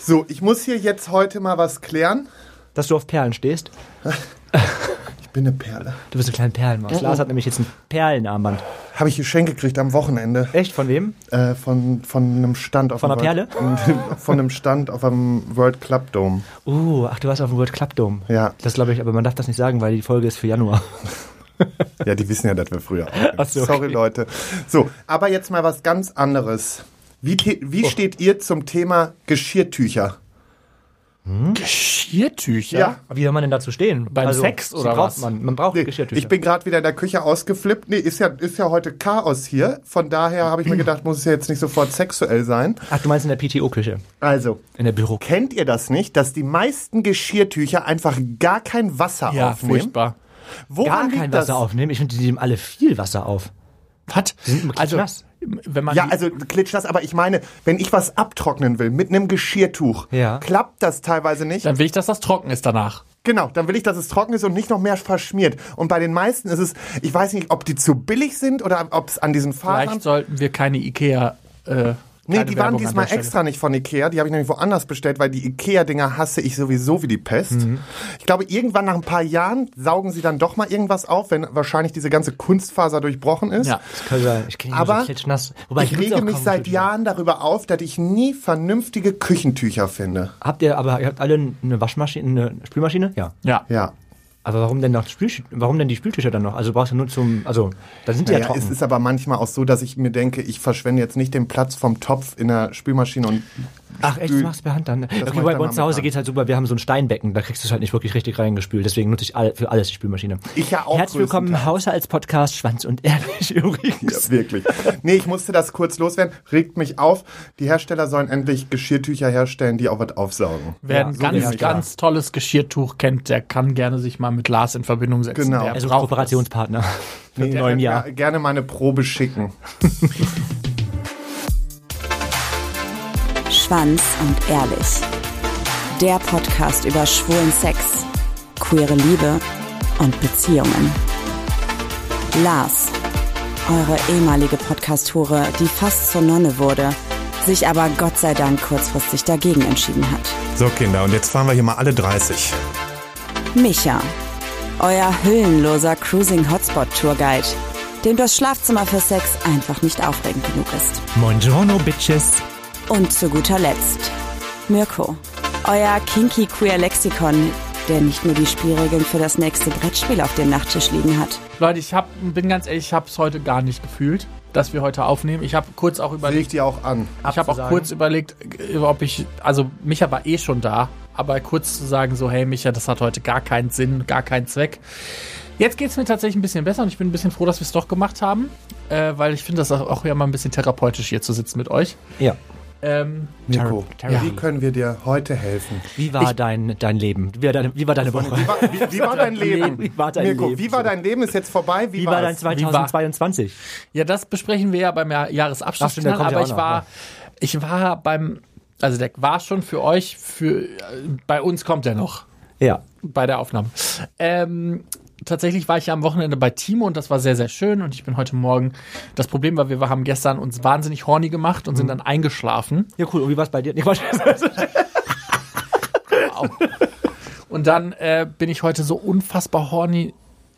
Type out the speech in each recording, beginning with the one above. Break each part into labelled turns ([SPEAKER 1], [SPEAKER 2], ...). [SPEAKER 1] So, ich muss hier jetzt heute mal was klären.
[SPEAKER 2] Dass du auf Perlen stehst?
[SPEAKER 1] Ich bin eine Perle.
[SPEAKER 2] Du bist ein kleiner Perlenmaus. Lars hat nämlich jetzt ein Perlenarmband.
[SPEAKER 1] Habe ich geschenkt gekriegt am Wochenende
[SPEAKER 2] Echt? Von wem?
[SPEAKER 1] äh, von, von einem Stand auf
[SPEAKER 2] Von
[SPEAKER 1] dem
[SPEAKER 2] einer
[SPEAKER 1] World, von einem Stand auf dem World Club Dome.
[SPEAKER 2] Uh, ach, du warst auf dem World Club Dome.
[SPEAKER 1] Ja.
[SPEAKER 2] Das glaube ich, aber man darf das nicht sagen, weil die Folge ist für Januar.
[SPEAKER 1] Ja, die wissen ja, dass wir früher. aufnehmen.
[SPEAKER 2] Ach so, okay.
[SPEAKER 1] Sorry, Leute. So, aber jetzt mal was ganz anderes. Wie, te-
[SPEAKER 2] Oh.
[SPEAKER 1] wie steht ihr zum Thema Geschirrtücher?
[SPEAKER 3] Geschirrtücher?
[SPEAKER 2] Wie soll man denn dazu stehen? Also,
[SPEAKER 3] Beim Sex
[SPEAKER 2] sie
[SPEAKER 3] oder
[SPEAKER 2] braucht
[SPEAKER 3] was?
[SPEAKER 2] Man, man braucht
[SPEAKER 1] Nee,
[SPEAKER 2] Geschirrtücher.
[SPEAKER 1] ich bin gerade wieder in der Küche ausgeflippt. Nee, ist ja, ist ja heute Chaos hier. Von daher habe ich mir gedacht, muss es ja jetzt nicht sofort sexuell sein.
[SPEAKER 2] ach, du meinst in der PTO-Küche?
[SPEAKER 1] Also,
[SPEAKER 2] In der Büro?
[SPEAKER 1] kennt ihr das nicht, dass die meisten Geschirrtücher einfach gar kein Wasser
[SPEAKER 3] Ja,
[SPEAKER 1] aufnehmen?
[SPEAKER 3] furchtbar.
[SPEAKER 1] Woran
[SPEAKER 2] Gar kein
[SPEAKER 1] liegt das?
[SPEAKER 2] Wasser aufnehmen. Ich finde, die nehmen alle viel Wasser auf.
[SPEAKER 3] Was?
[SPEAKER 2] immer
[SPEAKER 3] Also,
[SPEAKER 2] klitschnass.
[SPEAKER 3] wenn man
[SPEAKER 1] Ja,
[SPEAKER 3] die-
[SPEAKER 1] also klitschnass, aber ich meine, wenn ich was abtrocknen will mit einem Geschirrtuch,
[SPEAKER 2] Ja.
[SPEAKER 1] klappt das teilweise nicht.
[SPEAKER 3] dann will ich, dass das trocken ist danach.
[SPEAKER 1] Genau, dann will ich, dass es trocken ist und nicht noch mehr verschmiert. Und bei den meisten ist es, ich weiß nicht, ob die zu billig sind oder ob es an diesen Fahrern...
[SPEAKER 3] Vielleicht sollten wir keine Ikea. Äh,
[SPEAKER 1] Nee,
[SPEAKER 3] keine
[SPEAKER 1] die waren
[SPEAKER 3] Werbung an
[SPEAKER 1] diesmal
[SPEAKER 3] der Stelle.
[SPEAKER 1] extra nicht von Ikea. Die habe ich nämlich woanders bestellt, weil die Ikea-Dinger hasse ich sowieso wie die Pest. Ich glaube, irgendwann nach ein paar Jahren saugen sie dann doch mal irgendwas auf, wenn wahrscheinlich diese ganze Kunstfaser durchbrochen ist.
[SPEAKER 3] Ja.
[SPEAKER 2] Das kann sein. Ich kenne
[SPEAKER 1] Aber
[SPEAKER 2] so klitschnass. Wobei,
[SPEAKER 1] ich
[SPEAKER 2] benutze auch
[SPEAKER 1] rege mich
[SPEAKER 2] kaum
[SPEAKER 1] seit
[SPEAKER 2] Geschirrtücher.
[SPEAKER 1] Jahren darüber auf, dass ich nie vernünftige Küchentücher finde.
[SPEAKER 2] Habt ihr aber, ihr habt alle eine Waschmaschine, eine Spülmaschine? Ja.
[SPEAKER 3] Ja.
[SPEAKER 1] Ja.
[SPEAKER 2] Aber warum denn noch Spül, warum denn die Spültücher dann noch? Also brauchst du nur zum, also, da sind die ja,
[SPEAKER 1] Naja,
[SPEAKER 2] trocken.
[SPEAKER 1] es ist aber manchmal auch so, dass ich mir denke, ich verschwende jetzt nicht den Platz vom Topf in der Spülmaschine und
[SPEAKER 2] Ach echt,
[SPEAKER 1] Spül-
[SPEAKER 2] du machst per Hand dann.
[SPEAKER 1] mach
[SPEAKER 2] Okay,
[SPEAKER 1] ich
[SPEAKER 2] bei
[SPEAKER 1] dann
[SPEAKER 2] bei uns
[SPEAKER 1] mal
[SPEAKER 2] zu Hause
[SPEAKER 1] mit
[SPEAKER 2] geht's halt super. Wir haben so ein Steinbecken, da kriegst du es halt nicht wirklich richtig reingespült. Deswegen nutze ich all, für alles die Spülmaschine.
[SPEAKER 1] Ich ja auch
[SPEAKER 2] Herzlich willkommen im Haushaltspodcast Schwanz und Ehrlich übrigens.
[SPEAKER 1] Ja, wirklich. Nee, ich musste das kurz loswerden. Regt mich auf. Die Hersteller sollen endlich Geschirrtücher herstellen, die auch was aufsaugen.
[SPEAKER 3] Wer ein
[SPEAKER 2] so bin
[SPEAKER 3] ganz,
[SPEAKER 2] ich da.
[SPEAKER 3] ganz tolles Geschirrtuch kennt, der kann gerne sich mal mit Lars in Verbindung setzen.
[SPEAKER 1] Genau.
[SPEAKER 3] Der
[SPEAKER 2] Also
[SPEAKER 3] braucht
[SPEAKER 2] Kooperationspartner.
[SPEAKER 1] Nee,
[SPEAKER 2] im neuen
[SPEAKER 1] ja,
[SPEAKER 2] Jahr.
[SPEAKER 1] Gerne mal eine Probe schicken.
[SPEAKER 4] Schwanz und ehrlich. Der Podcast über schwulen Sex, queere Liebe und Beziehungen. Lars, eure ehemalige Podcast-Hure, die fast zur Nonne wurde, sich aber Gott sei Dank kurzfristig dagegen entschieden hat.
[SPEAKER 5] So, Kinder, und jetzt fahren wir hier mal alle 30.
[SPEAKER 4] Micha, euer hüllenloser Cruising Hotspot Tourguide, dem das Schlafzimmer für Sex einfach nicht aufregend genug ist.
[SPEAKER 2] Buongiorno, Bitches.
[SPEAKER 4] Und zu guter Letzt Mirko, euer kinky queer Lexikon, der nicht nur die Spielregeln für das nächste Brettspiel auf dem Nachttisch liegen hat.
[SPEAKER 3] es. Leute, ich hab, bin ganz ehrlich, ich habe es heute gar nicht gefühlt, dass wir heute aufnehmen. Ich habe kurz auch
[SPEAKER 1] Sehe
[SPEAKER 3] überlegt,
[SPEAKER 1] ich dir auch an.
[SPEAKER 3] Ich habe auch kurz überlegt, äh, ob ich, also Micha war eh schon da, aber kurz zu sagen, so, hey Micha, das hat heute gar keinen Sinn, gar keinen Zweck. Jetzt geht es mir tatsächlich ein bisschen besser und ich bin ein bisschen froh, dass wir es doch gemacht haben, äh, weil ich finde das auch, auch ja mal ein bisschen therapeutisch hier zu sitzen mit euch.
[SPEAKER 2] Ja.
[SPEAKER 3] Ähm,
[SPEAKER 1] Nico,
[SPEAKER 2] Terry.
[SPEAKER 1] wie können wir dir heute helfen?
[SPEAKER 2] Wie war dein, dein Leben? Wie war deine, wie war deine Woche?
[SPEAKER 1] Wie war, wie, wie war dein Leben?
[SPEAKER 2] Wie war dein
[SPEAKER 1] Mirko,
[SPEAKER 2] Leben?
[SPEAKER 1] wie war dein Leben? Ist jetzt vorbei? Wie,
[SPEAKER 2] Wie war dein
[SPEAKER 1] es?
[SPEAKER 2] 2022?
[SPEAKER 3] ja, das besprechen wir ja beim Jahr- Jahresabschluss, ne?
[SPEAKER 2] Ach, stimmt, der kommt ja
[SPEAKER 3] aber
[SPEAKER 2] auch
[SPEAKER 3] ich
[SPEAKER 2] noch,
[SPEAKER 3] war,
[SPEAKER 2] ja.
[SPEAKER 3] ich war beim, also der war schon für euch, für, äh, bei uns kommt er noch.
[SPEAKER 2] Ja.
[SPEAKER 3] bei der Aufnahme. Ähm, tatsächlich war ich ja am Wochenende bei Timo und das war sehr, sehr schön. Und ich bin heute Morgen. Das Problem war, wir haben gestern uns wahnsinnig horny gemacht
[SPEAKER 1] Mhm.
[SPEAKER 3] und sind dann eingeschlafen.
[SPEAKER 2] Ja, cool. Und wie war es bei dir? Nee, Quatsch.
[SPEAKER 3] Und dann äh, bin ich heute so unfassbar horny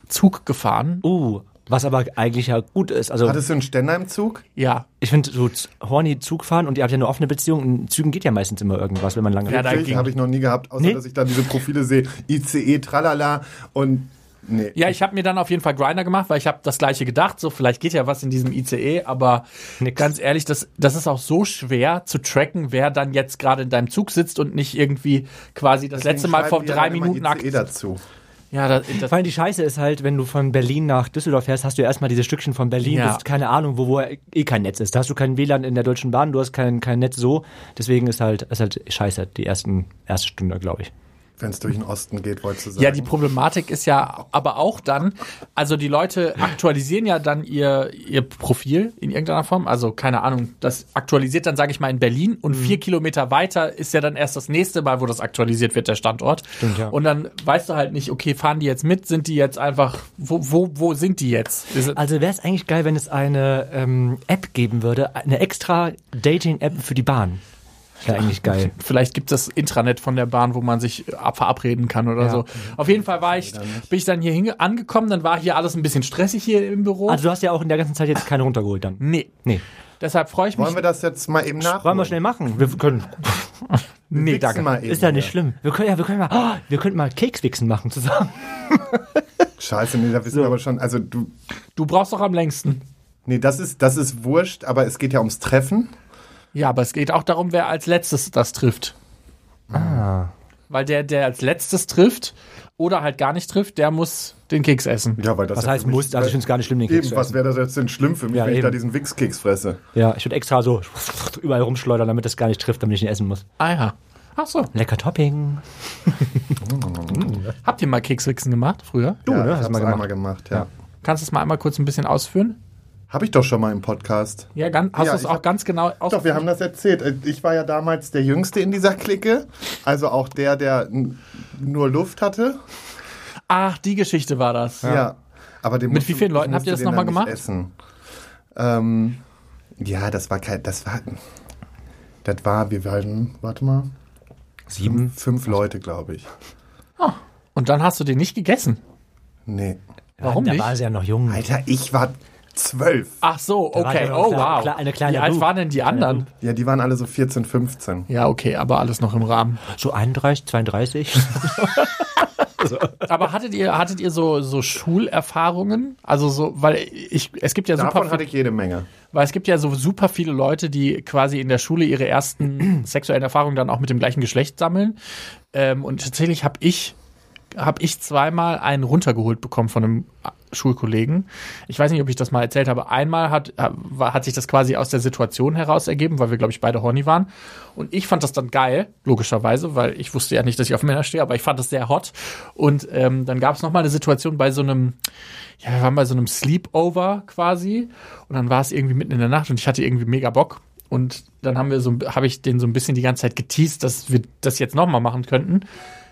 [SPEAKER 3] Zug gefahren.
[SPEAKER 2] uh, was aber eigentlich ja gut ist. Also,
[SPEAKER 1] Hattest du einen Ständer im Zug?
[SPEAKER 3] Ja.
[SPEAKER 2] ich finde, so Z- horny Zugfahren und ihr habt ja eine offene Beziehung. In Zügen geht ja meistens immer irgendwas, wenn man lange
[SPEAKER 3] Ja, da ging-
[SPEAKER 1] habe ich noch nie gehabt, außer
[SPEAKER 2] Nee?
[SPEAKER 1] dass ich dann diese Profile sehe. ICE, tralala und nee.
[SPEAKER 3] Ja, ich habe mir dann auf jeden Fall Grinder gemacht, weil ich habe das gleiche gedacht, so vielleicht geht ja was in diesem ICE, aber
[SPEAKER 2] Nix.
[SPEAKER 3] ganz ehrlich, das, das ist auch so schwer zu tracken, wer dann jetzt gerade in deinem Zug sitzt und nicht irgendwie quasi das letzte
[SPEAKER 1] Deswegen
[SPEAKER 3] Mal vor
[SPEAKER 1] schreiben wir
[SPEAKER 3] drei
[SPEAKER 1] dann immer E
[SPEAKER 3] Minuten
[SPEAKER 1] ICE dazu.
[SPEAKER 3] Ja, das, das,
[SPEAKER 2] Vor allem die Scheiße ist halt, wenn du von Berlin nach Düsseldorf fährst, hast du ja erstmal diese Stückchen von Berlin,
[SPEAKER 3] Ja.
[SPEAKER 2] du hast keine Ahnung, wo, wo eh kein Netz ist. Da hast du kein WLAN in der Deutschen Bahn, du hast kein, kein Netz so. Deswegen ist halt, ist halt scheiße, die ersten, erste Stunde, glaube ich.
[SPEAKER 1] Wenn es durch den Osten geht, wolltest du sagen.
[SPEAKER 3] Ja, die Problematik ist ja aber auch dann, also die Leute aktualisieren ja dann ihr, ihr Profil in irgendeiner Form. Also keine Ahnung, das aktualisiert dann, sage ich mal, in Berlin
[SPEAKER 2] Mhm.
[SPEAKER 3] und vier Kilometer weiter ist ja dann erst das nächste Mal, wo das aktualisiert wird, der Standort.
[SPEAKER 2] Stimmt, ja.
[SPEAKER 3] Und dann weißt du halt nicht, okay, fahren die jetzt mit, sind die jetzt einfach, wo, wo, wo sind die jetzt? Ist, es-
[SPEAKER 2] Also wäre es eigentlich geil, wenn es eine ähm, App geben würde, eine extra Dating-App für die Bahn. Ja, eigentlich geil.
[SPEAKER 3] Vielleicht gibt es das Intranet von der Bahn, wo man sich äh, verabreden kann oder
[SPEAKER 2] Ja.
[SPEAKER 3] so. Auf jeden Fall war ich, bin ich dann hier hinge- angekommen, dann war hier alles ein bisschen stressig hier im Büro.
[SPEAKER 2] Also du hast ja auch in der ganzen Zeit jetzt keine runtergeholt dann.
[SPEAKER 3] nee.
[SPEAKER 2] Nee.
[SPEAKER 3] Deshalb freue ich mich.
[SPEAKER 1] Wollen wir das jetzt mal eben nach?
[SPEAKER 2] Wollen wir schnell machen? Wir können.
[SPEAKER 3] nee,
[SPEAKER 1] danke. Mal eben
[SPEAKER 2] Ist ja nicht
[SPEAKER 1] hier.
[SPEAKER 2] schlimm. Wir können ja, wir können mal, oh, wir könnten mal Kekswichsen machen zusammen.
[SPEAKER 1] Scheiße, nee, da wissen wir aber schon. Also du,
[SPEAKER 3] Du brauchst doch am längsten.
[SPEAKER 1] nee, das ist, das ist wurscht, aber es geht ja ums Treffen.
[SPEAKER 3] Ja, aber es geht auch darum, wer als letztes das trifft.
[SPEAKER 1] Ah.
[SPEAKER 3] Weil der, der als letztes trifft oder halt gar nicht trifft, der muss den Keks essen.
[SPEAKER 1] Ja, weil das
[SPEAKER 2] Was
[SPEAKER 1] ja
[SPEAKER 2] heißt
[SPEAKER 1] für mich-
[SPEAKER 2] muss? Also ich finde es gar nicht schlimm, den Keks
[SPEAKER 1] Eben,
[SPEAKER 2] zu
[SPEAKER 1] was
[SPEAKER 2] essen.
[SPEAKER 1] wäre das jetzt denn schlimm für mich,
[SPEAKER 2] Ja,
[SPEAKER 1] wenn ich
[SPEAKER 2] eben.
[SPEAKER 1] da diesen Wichskeks fresse?
[SPEAKER 2] Ja, ich würde extra so überall rumschleudern, damit das gar nicht trifft, damit ich ihn essen muss.
[SPEAKER 3] Ah ja. Ach so.
[SPEAKER 2] Lecker Topping.
[SPEAKER 3] Habt ihr mal Kekswichsen gemacht früher?
[SPEAKER 2] Du,
[SPEAKER 1] ja,
[SPEAKER 2] ne?
[SPEAKER 1] Ich
[SPEAKER 2] Hast
[SPEAKER 1] hab's
[SPEAKER 2] du mal gemacht.
[SPEAKER 1] einmal gemacht, ja.
[SPEAKER 3] Kannst du es mal einmal kurz ein bisschen ausführen?
[SPEAKER 1] Habe ich doch schon mal im Podcast.
[SPEAKER 3] Ja, ganz, hast
[SPEAKER 1] Ja,
[SPEAKER 3] du es
[SPEAKER 1] ich
[SPEAKER 3] auch
[SPEAKER 1] hab-
[SPEAKER 3] ganz genau aus
[SPEAKER 1] Doch, wir haben das erzählt. Äh, Ich war ja damals der Jüngste in dieser Clique. Also auch der, der n- nur Luft hatte.
[SPEAKER 3] Ach, die Geschichte war das.
[SPEAKER 1] Ja. Aber den
[SPEAKER 3] Mit
[SPEAKER 1] musst
[SPEAKER 3] wie
[SPEAKER 1] du-
[SPEAKER 3] vielen Leuten
[SPEAKER 1] musst
[SPEAKER 3] habt ihr
[SPEAKER 1] du
[SPEAKER 3] das
[SPEAKER 1] den
[SPEAKER 3] noch mal
[SPEAKER 1] dann nicht
[SPEAKER 3] gemacht?
[SPEAKER 1] Essen. Ähm, ja, das war kein. Das war. Das war, wir waren, warte mal. Sieben? Fünf Leute, glaube ich.
[SPEAKER 3] Und dann hast du den nicht gegessen.
[SPEAKER 1] Nee.
[SPEAKER 3] Warum
[SPEAKER 2] da
[SPEAKER 3] nicht?
[SPEAKER 2] war sie ja noch jung.
[SPEAKER 1] Alter, ich war zwölf.
[SPEAKER 3] Ach so,
[SPEAKER 2] war
[SPEAKER 3] okay.
[SPEAKER 2] ja noch
[SPEAKER 3] Oh,
[SPEAKER 2] klar-
[SPEAKER 3] wow.
[SPEAKER 2] klar- eine kleine
[SPEAKER 3] Wie alt
[SPEAKER 2] Loop.
[SPEAKER 3] waren denn die
[SPEAKER 2] Kleine
[SPEAKER 3] anderen?
[SPEAKER 1] Ja, die waren alle so 14, 15.
[SPEAKER 3] Ja, okay, aber alles noch im Rahmen.
[SPEAKER 2] So 31, 32.
[SPEAKER 3] Aber hattet ihr, hattet ihr so, so Schulerfahrungen? Also so, weil ich, es gibt ja super,
[SPEAKER 1] Davon hatte ich jede Menge.
[SPEAKER 3] weil es gibt ja so super viele Leute, die quasi in der Schule ihre ersten sexuellen Erfahrungen dann auch mit dem gleichen Geschlecht sammeln. Ähm, und tatsächlich habe ich, habe ich zweimal einen runtergeholt bekommen von einem Schulkollegen. Ich weiß nicht, ob ich das mal erzählt habe. Einmal hat, war- hat sich das quasi aus der Situation heraus ergeben, weil wir, glaube ich, beide horny waren. Und ich fand das dann geil, logischerweise, weil ich wusste ja nicht, dass ich auf Männer stehe, aber ich fand das sehr hot. Und ähm, dann gab es nochmal eine Situation bei so einem, ja, wir waren bei so einem Sleepover quasi. Und dann war es irgendwie mitten in der Nacht und ich hatte irgendwie mega Bock. Und dann haben wir so, habe ich den so ein bisschen die ganze Zeit geteased, dass wir das jetzt nochmal machen könnten.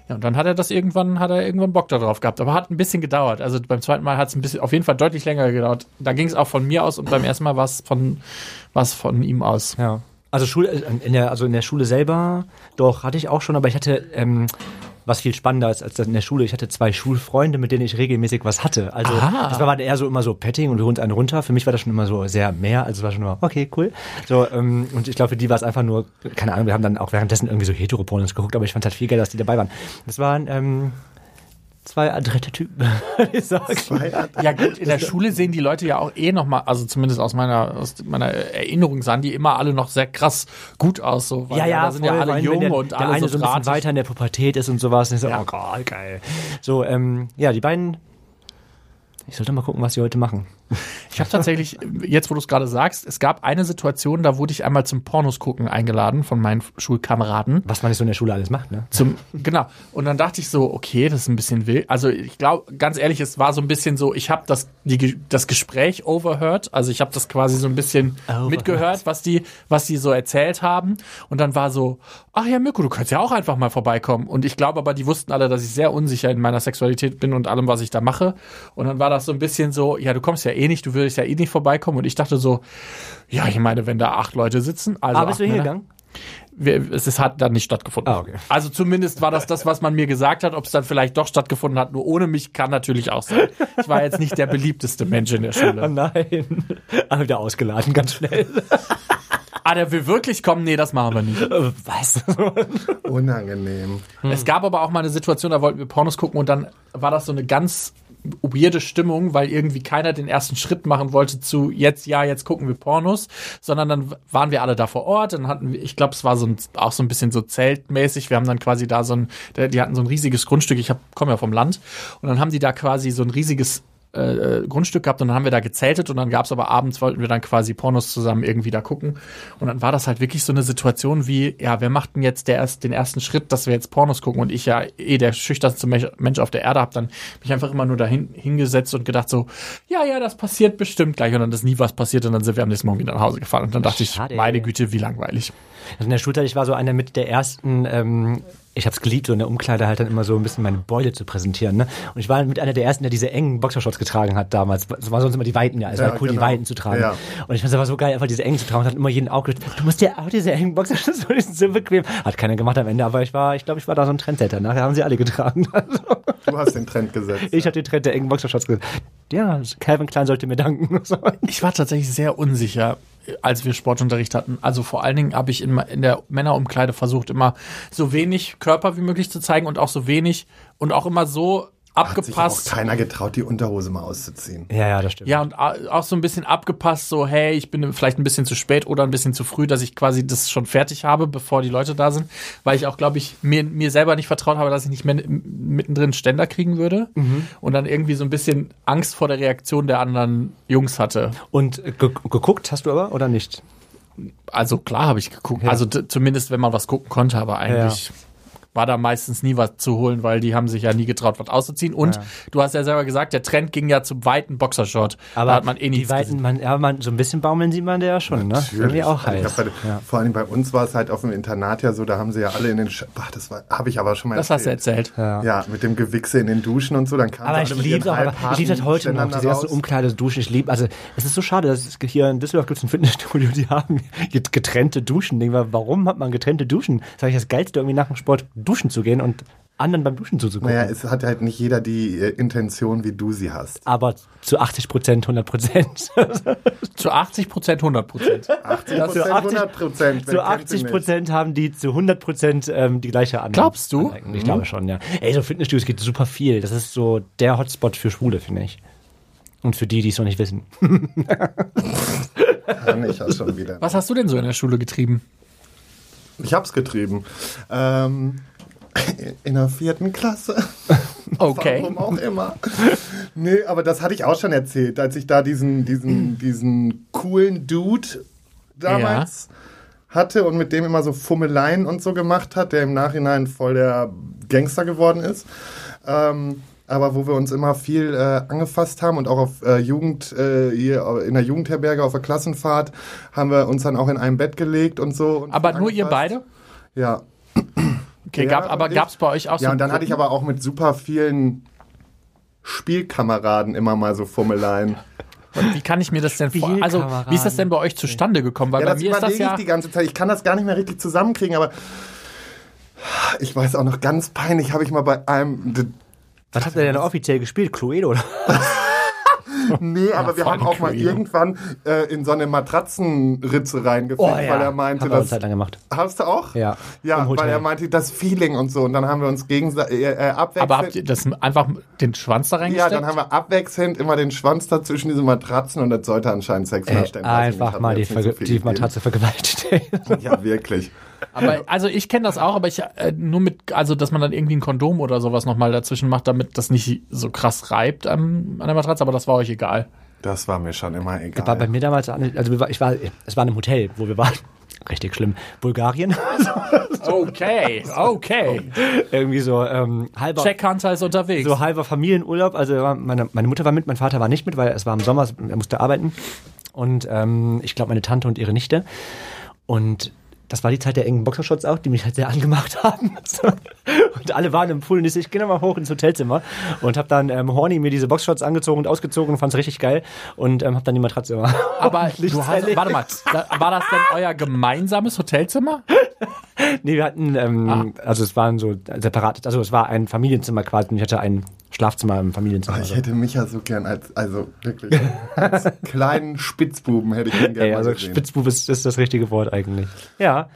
[SPEAKER 3] Ja, und dann hat er das irgendwann, hat er irgendwann Bock darauf gehabt. Aber hat ein bisschen gedauert. Also beim zweiten Mal hat es ein bisschen, auf jeden Fall deutlich länger gedauert. Da ging es auch von mir aus und beim ersten Mal war es von, war's von ihm aus.
[SPEAKER 2] ja. Also, Schule, in der, also in der Schule selber, doch, hatte ich auch schon, aber ich hatte ähm, was viel spannender ist als das in der Schule. Ich hatte zwei Schulfreunde, mit denen ich regelmäßig was hatte. Also
[SPEAKER 3] Aha.
[SPEAKER 2] das war war eher so immer so Petting und wir holen einen runter. Für mich war das schon immer so sehr mehr. Also es war schon immer, okay, cool. So, ähm, und ich glaube, für die war es einfach nur, keine Ahnung, wir haben dann auch währenddessen irgendwie so Heteropornos geguckt, aber ich fand halt viel geil, dass die dabei waren. Das waren ähm, zwei adrette Typen, würde ich sagen.
[SPEAKER 3] Ja gut, in der Schule sehen die Leute ja auch eh nochmal, also zumindest aus meiner, aus meiner Erinnerung sahen die immer alle noch sehr krass gut aus. So, weil da sind ja
[SPEAKER 2] voll,
[SPEAKER 3] alle
[SPEAKER 2] weil
[SPEAKER 3] jung
[SPEAKER 2] wenn der,
[SPEAKER 3] und
[SPEAKER 2] der
[SPEAKER 3] alle
[SPEAKER 2] eine
[SPEAKER 3] so
[SPEAKER 2] so ein bisschen
[SPEAKER 3] drahtig.
[SPEAKER 2] weiter in der Pubertät ist und sowas. Und ich so,
[SPEAKER 3] Ja.
[SPEAKER 2] oh Gott, geil. So, ähm, ja, die beiden. Ich sollte mal gucken, was sie heute machen.
[SPEAKER 3] Ich habe tatsächlich, jetzt wo du es gerade sagst, es gab eine Situation, da wurde ich einmal zum Pornos gucken eingeladen von meinen Schulkameraden.
[SPEAKER 2] Was man nicht so in der Schule alles macht, ne?
[SPEAKER 3] Zum, genau. Und dann dachte ich so, okay, das ist ein bisschen wild. Also ich glaube, ganz ehrlich, es war so ein bisschen so, ich habe das, die Ge- das Gespräch overheard. Also ich habe das quasi so ein bisschen
[SPEAKER 2] Overheard.
[SPEAKER 3] mitgehört, was die, was die so erzählt haben. Und dann war so, ach ja, Mirko, du könntest ja auch einfach mal vorbeikommen. Und ich glaube aber, die wussten alle, dass ich sehr unsicher in meiner Sexualität bin und allem, was ich da mache. Und dann war das so ein bisschen so, ja, du kommst ja eh nicht, du würdest ja eh nicht vorbeikommen. Und ich dachte so, ja, ich meine, wenn da acht Leute sitzen, also.
[SPEAKER 2] Aber bist
[SPEAKER 3] acht
[SPEAKER 2] du
[SPEAKER 3] Männer-
[SPEAKER 2] hingegangen?
[SPEAKER 3] wir, es ist, hat dann nicht stattgefunden.
[SPEAKER 2] Ah, okay.
[SPEAKER 3] Also zumindest war das das, was man mir gesagt hat. Ob es dann vielleicht doch stattgefunden hat, nur ohne mich, kann natürlich auch sein. Ich war jetzt nicht der beliebteste Mensch in der
[SPEAKER 2] Oh
[SPEAKER 3] Schule.
[SPEAKER 2] nein. Aber wieder ausgeladen, ganz schnell.
[SPEAKER 3] Ah, der will wirklich kommen? Nee, das machen wir nicht.
[SPEAKER 2] Äh, was?
[SPEAKER 1] Unangenehm.
[SPEAKER 3] Es gab aber auch mal eine Situation, da wollten wir Pornos gucken und dann war das so eine ganz weirde Stimmung, weil irgendwie keiner den ersten Schritt machen wollte zu jetzt, ja, jetzt gucken wir Pornos, sondern dann waren wir alle da vor Ort, dann hatten wir, ich glaube, es war so ein, auch so ein bisschen so zeltmäßig, wir haben dann quasi da so ein, der- die hatten so ein riesiges Grundstück, ich komme ja vom Land, und dann haben die da quasi so ein riesiges äh, äh, Grundstück gehabt und dann haben wir da gezeltet und dann gab es aber abends wollten wir dann quasi Pornos zusammen irgendwie da gucken und dann war das halt wirklich so eine Situation wie, ja, wer macht denn jetzt der erst, den ersten Schritt, dass wir jetzt Pornos gucken und ich ja eh der schüchternste Mensch- Mensch auf der Erde hab dann mich einfach immer nur dahin hingesetzt und gedacht so, ja, ja, das passiert bestimmt gleich und dann ist nie was passiert und dann sind wir am nächsten Morgen wieder nach Hause gefahren und dann dachte ich,
[SPEAKER 2] Schade.
[SPEAKER 3] meine Güte, wie langweilig.
[SPEAKER 2] Also in der Schulzeit, ich war so einer mit der ersten ähm, ich habe es geliebt, so in der Umkleide halt dann immer so ein bisschen meine Beule zu präsentieren. Ne? Und ich war mit einer der ersten, der diese engen Boxershorts getragen hat damals. Es war sonst immer die Weiten, ja. Es
[SPEAKER 1] Ja,
[SPEAKER 2] war cool, die
[SPEAKER 1] genau.
[SPEAKER 2] Weiten zu tragen.
[SPEAKER 1] Ja.
[SPEAKER 2] Und ich fand es aber so geil, einfach diese engen zu tragen. Und hat immer jeden aufgeregt, du musst dir auch diese engen Boxershorts holen, die sind so bequem. Hat keiner gemacht am Ende, aber ich war, ich glaube, ich war da so ein Trendsetter. Nachher haben sie alle getragen. Also,
[SPEAKER 1] Du hast den Trend gesetzt.
[SPEAKER 2] ich hatte den Trend der engen Boxershorts gesagt. Ja, Calvin Klein sollte mir danken. So.
[SPEAKER 3] Ich war tatsächlich sehr unsicher, als wir Sportunterricht hatten. Also vor allen Dingen habe ich in, in der Männerumkleide versucht, immer so wenig Körper wie möglich zu zeigen und auch so wenig und auch immer
[SPEAKER 1] Hat
[SPEAKER 3] so
[SPEAKER 1] sich auch
[SPEAKER 3] abgepasst.
[SPEAKER 1] keiner getraut, die Unterhose mal auszuziehen.
[SPEAKER 2] Ja, ja, das stimmt.
[SPEAKER 3] Ja, und a- auch so ein bisschen abgepasst, so, hey, ich bin vielleicht ein bisschen zu spät oder ein bisschen zu früh, dass ich quasi das schon fertig habe, bevor die Leute da sind, weil ich auch, glaube ich, mir, mir selber nicht vertraut habe, dass ich nicht mehr mittendrin einen Ständer kriegen würde
[SPEAKER 1] Mhm.
[SPEAKER 3] und dann irgendwie so ein bisschen Angst vor der Reaktion der anderen Jungs hatte.
[SPEAKER 2] Und äh, ge geguckt hast du aber oder nicht?
[SPEAKER 3] Also klar habe ich geguckt, also d- zumindest wenn man was gucken konnte, aber eigentlich war da meistens nie was zu holen, weil die haben sich ja nie getraut, was auszuziehen. Und du hast ja selber gesagt, der Trend ging ja zum weiten Boxershort. da hat man eh
[SPEAKER 2] die
[SPEAKER 3] nichts
[SPEAKER 2] Weiten,
[SPEAKER 3] gesehen.
[SPEAKER 2] man, ja, man, so ein bisschen baumeln sieht man da ja schon, ne? Irgendwie auch
[SPEAKER 1] Also ich
[SPEAKER 2] heiß.
[SPEAKER 1] hab bei,
[SPEAKER 2] ja.
[SPEAKER 1] Vor allem bei uns war es halt auf dem Internat ja so, da haben sie ja alle in den. Sch Ach, das habe ich aber schon mal
[SPEAKER 3] Das hast du erzählt.
[SPEAKER 1] Ja. mit dem Gewichse in den Duschen und so, dann kamen
[SPEAKER 2] Aber
[SPEAKER 1] sie
[SPEAKER 2] ich
[SPEAKER 1] alle mit
[SPEAKER 2] liebe
[SPEAKER 1] ihren
[SPEAKER 2] aber ich
[SPEAKER 1] halbharten
[SPEAKER 2] liebe das heute noch,
[SPEAKER 1] Ständern da
[SPEAKER 2] diese ganzen
[SPEAKER 1] raus.
[SPEAKER 2] Umkleide, Duschen, ich liebe, also es ist so schade, dass es hier in Düsseldorf gibt es ein Fitnessstudio, die haben get- getrennte Duschen. Denk mal, Warum hat man getrennte Duschen? Das ist eigentlich das Geilste, irgendwie nach dem Sport duschen zu gehen und anderen beim Duschen zuzugucken.
[SPEAKER 1] Naja, es hat halt nicht jeder die äh, Intention, wie du sie hast.
[SPEAKER 2] aber zu 80 Prozent, 100 Prozent.
[SPEAKER 3] Zu 80 Prozent, 100 Prozent.
[SPEAKER 1] 80
[SPEAKER 2] Ja, zu 80
[SPEAKER 1] 100 Prozent.
[SPEAKER 2] zu 80 Prozent haben die zu 100 Prozent ähm, die gleiche Anwendung.
[SPEAKER 3] Glaubst du?
[SPEAKER 2] Ich
[SPEAKER 1] Mhm.
[SPEAKER 2] glaube schon, ja. Ey, so Fitnessstudios geht super viel. Das ist so der Hotspot für Schwule, finde ich. Und für die, die es noch nicht wissen.
[SPEAKER 1] Ich hab's schon wieder.
[SPEAKER 3] Was hast du denn so in der Schule getrieben?
[SPEAKER 1] Ich hab's getrieben. Ähm, in der vierten Klasse.
[SPEAKER 3] Okay.
[SPEAKER 1] Warum auch immer. Nee, aber das hatte ich auch schon erzählt, als ich da diesen,
[SPEAKER 3] Hm.
[SPEAKER 1] diesen, diesen coolen Dude damals hatte und mit dem immer so Fummeleien und so gemacht hat, der im Nachhinein voll der Gangster geworden ist. Ähm, aber wo wir uns immer viel äh, angefasst haben und auch auf äh, Jugend, äh, hier in der Jugendherberge auf der Klassenfahrt haben wir uns dann auch in einem Bett gelegt und so. Und
[SPEAKER 3] Aber nur ihr
[SPEAKER 1] angefasst.
[SPEAKER 3] beide?
[SPEAKER 1] Ja.
[SPEAKER 3] Okay,
[SPEAKER 1] Ja,
[SPEAKER 3] gab, aber
[SPEAKER 1] und ich-
[SPEAKER 3] gab es bei euch auch so
[SPEAKER 1] Ja, und dann hatte ich
[SPEAKER 3] Gruppen?
[SPEAKER 1] aber auch mit super vielen Spielkameraden immer mal so Fummeleien.
[SPEAKER 3] Wie kann ich mir das denn vor... Also,
[SPEAKER 2] Spielkameraden.
[SPEAKER 3] wie ist das denn bei euch zustande gekommen? Weil
[SPEAKER 1] Ja,
[SPEAKER 3] bei
[SPEAKER 1] das
[SPEAKER 3] mir ist
[SPEAKER 1] überlege
[SPEAKER 3] das ja...
[SPEAKER 1] ich die ganze Zeit. Ich kann das gar nicht mehr richtig zusammenkriegen, aber ich weiß auch noch ganz peinlich, habe ich mal bei einem.
[SPEAKER 2] Was habt ihr denn offiziell gespielt? Cluedo? oder?
[SPEAKER 1] Nee, aber wir
[SPEAKER 3] voll
[SPEAKER 1] haben auch mal
[SPEAKER 3] Queen.
[SPEAKER 1] irgendwann äh, in so eine Matratzenritze
[SPEAKER 3] Oh
[SPEAKER 1] reingefallen, weil Oh, er meinte,
[SPEAKER 2] Haben wir uns
[SPEAKER 1] dass.
[SPEAKER 2] halt dann gemacht.
[SPEAKER 1] Hast du auch?
[SPEAKER 2] Ja, im
[SPEAKER 1] Ja,
[SPEAKER 2] Hotel.
[SPEAKER 1] weil er meinte, das Feeling und so. Und dann haben wir uns gegenseitig äh, äh, abwechselnd.
[SPEAKER 3] Aber habt ihr das einfach den Schwanz da
[SPEAKER 1] ja,
[SPEAKER 3] reingesteckt?
[SPEAKER 1] dann haben wir abwechselnd immer den Schwanz da zwischen diese Matratzen und das sollte anscheinend Sex
[SPEAKER 2] Ey,
[SPEAKER 1] darstellen. Weiß ich nicht,
[SPEAKER 2] Äh, einfach
[SPEAKER 1] Also, hat
[SPEAKER 2] mal
[SPEAKER 1] mir
[SPEAKER 2] die,
[SPEAKER 1] jetzt nicht so
[SPEAKER 2] Verge
[SPEAKER 1] viel
[SPEAKER 2] die
[SPEAKER 1] gegeben.
[SPEAKER 2] Matratze vergewaltigt. ey.
[SPEAKER 1] Ja, wirklich.
[SPEAKER 3] Aber also ich kenne das auch, aber ich äh, nur mit, also dass man dann irgendwie ein Kondom oder sowas nochmal dazwischen macht, damit das nicht so krass reibt am, an der Matratze, aber das war euch egal.
[SPEAKER 1] Das war mir schon immer egal.
[SPEAKER 2] War bei mir damals, an- also wir war- ich war, es war in einem Hotel, wo wir waren. Richtig schlimm. Bulgarien.
[SPEAKER 3] Okay, okay.
[SPEAKER 2] Irgendwie so ähm, halber.
[SPEAKER 3] Jack Hunter ist unterwegs.
[SPEAKER 2] So halber Familienurlaub. Also ja, meine, meine Mutter war mit, mein Vater war nicht mit, weil es war im Sommer, er musste arbeiten. Und ähm, ich glaube, meine Tante und ihre Nichte. Und das war die Zeit der engen Boxershorts auch, die mich halt sehr angemacht haben. So. Und alle waren im Pool und ich, so, ich gehe nochmal hoch ins Hotelzimmer und habe dann ähm, horny mir diese Boxershorts angezogen und ausgezogen und fand es richtig geil und ähm, habe dann die Matratze immer.
[SPEAKER 3] aber
[SPEAKER 2] Nichts
[SPEAKER 3] du hast,
[SPEAKER 2] erledigt.
[SPEAKER 3] warte mal, da, war das denn euer gemeinsames Hotelzimmer?
[SPEAKER 2] Nee, wir hatten, ähm,
[SPEAKER 1] Ah.
[SPEAKER 2] also es waren so separat, also es war ein Familienzimmer quasi und ich hatte ein Schlafzimmer im Familienzimmer.
[SPEAKER 1] Ah, ich hätte mich ja so gern als, also wirklich, als kleinen Spitzbuben hätte ich ihn gerne
[SPEAKER 2] Ey,
[SPEAKER 1] mal
[SPEAKER 2] also
[SPEAKER 1] gesehen.
[SPEAKER 2] Spitzbube ist, ist das richtige Wort eigentlich. Ja.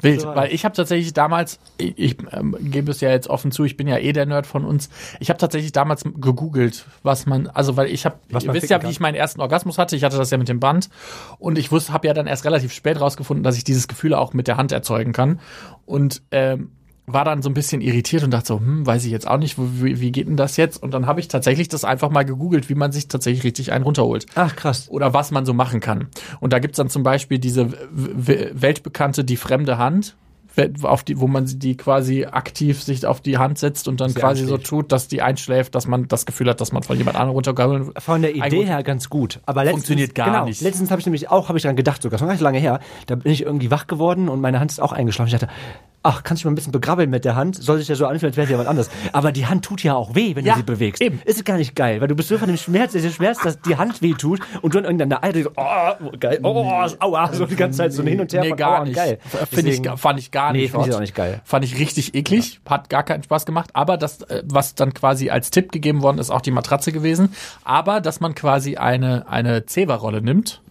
[SPEAKER 3] Wild, weil ich habe tatsächlich damals, ich, ich ähm, gebe es ja jetzt offen zu, ich bin ja eh der Nerd von uns. Ich habe tatsächlich damals gegoogelt, was man, also weil ich habe,
[SPEAKER 2] Was
[SPEAKER 3] ihr
[SPEAKER 2] man
[SPEAKER 3] wisst
[SPEAKER 2] ficken
[SPEAKER 3] ja, wie
[SPEAKER 2] kann.
[SPEAKER 3] ich meinen ersten Orgasmus hatte. Ich hatte das ja mit dem Band und ich wusste, habe ja dann erst relativ spät rausgefunden, dass ich dieses Gefühl auch mit der Hand erzeugen kann und ähm, war dann so ein bisschen irritiert und dachte so, hm, weiß ich jetzt auch nicht, wo- wie, wie geht denn das jetzt? Und dann habe ich tatsächlich das einfach mal gegoogelt, wie man sich tatsächlich richtig einen runterholt
[SPEAKER 2] Ach, krass.
[SPEAKER 3] oder was man so machen kann. Und da gibt's dann zum Beispiel diese w- w- weltbekannte Die fremde Hand, we- auf die, wo man sie- die quasi aktiv sich auf die Hand setzt und dann quasi
[SPEAKER 2] einschläft.
[SPEAKER 3] so tut, dass die einschläft, dass man das Gefühl hat, dass man von jemand anderem runtergegangen wird.
[SPEAKER 2] Von der
[SPEAKER 3] Ein
[SPEAKER 2] Idee
[SPEAKER 3] gut-
[SPEAKER 2] her ganz gut. Aber letztens,
[SPEAKER 3] Funktioniert gar
[SPEAKER 2] genau,
[SPEAKER 3] nicht.
[SPEAKER 2] Letztens habe ich nämlich auch, habe ich daran gedacht sogar, schon gar nicht lange her, da bin ich irgendwie wach geworden und meine Hand ist auch eingeschlafen. Ich dachte, ach, kannst du mal ein bisschen begrabbeln mit der Hand? Soll sich ja so anfühlen, als wäre sie jemand anders. Aber die Hand tut ja auch weh, wenn
[SPEAKER 3] Ja,
[SPEAKER 2] du sie bewegst.
[SPEAKER 3] eben.
[SPEAKER 2] Ist gar nicht geil, weil du bist so von dem Schmerz, dieser Schmerz, dass die Hand weh tut und du dann irgendeiner Alte, so, oh, geil, oh, aua, so die ganze Zeit so hin und her.
[SPEAKER 3] Nee,
[SPEAKER 2] von,
[SPEAKER 3] gar
[SPEAKER 2] aua,
[SPEAKER 3] nicht.
[SPEAKER 2] Geil.
[SPEAKER 3] Finde ich,
[SPEAKER 2] Deswegen-
[SPEAKER 3] ga- fand ich gar
[SPEAKER 2] Nee,
[SPEAKER 3] nicht.
[SPEAKER 2] finde ich
[SPEAKER 3] Gott.
[SPEAKER 2] auch nicht geil.
[SPEAKER 3] Fand ich richtig eklig, hat gar keinen Spaß gemacht. Aber das, äh, was dann quasi als Tipp gegeben worden ist, auch die Matratze gewesen. Aber, dass man quasi eine, eine Zeberrolle nimmt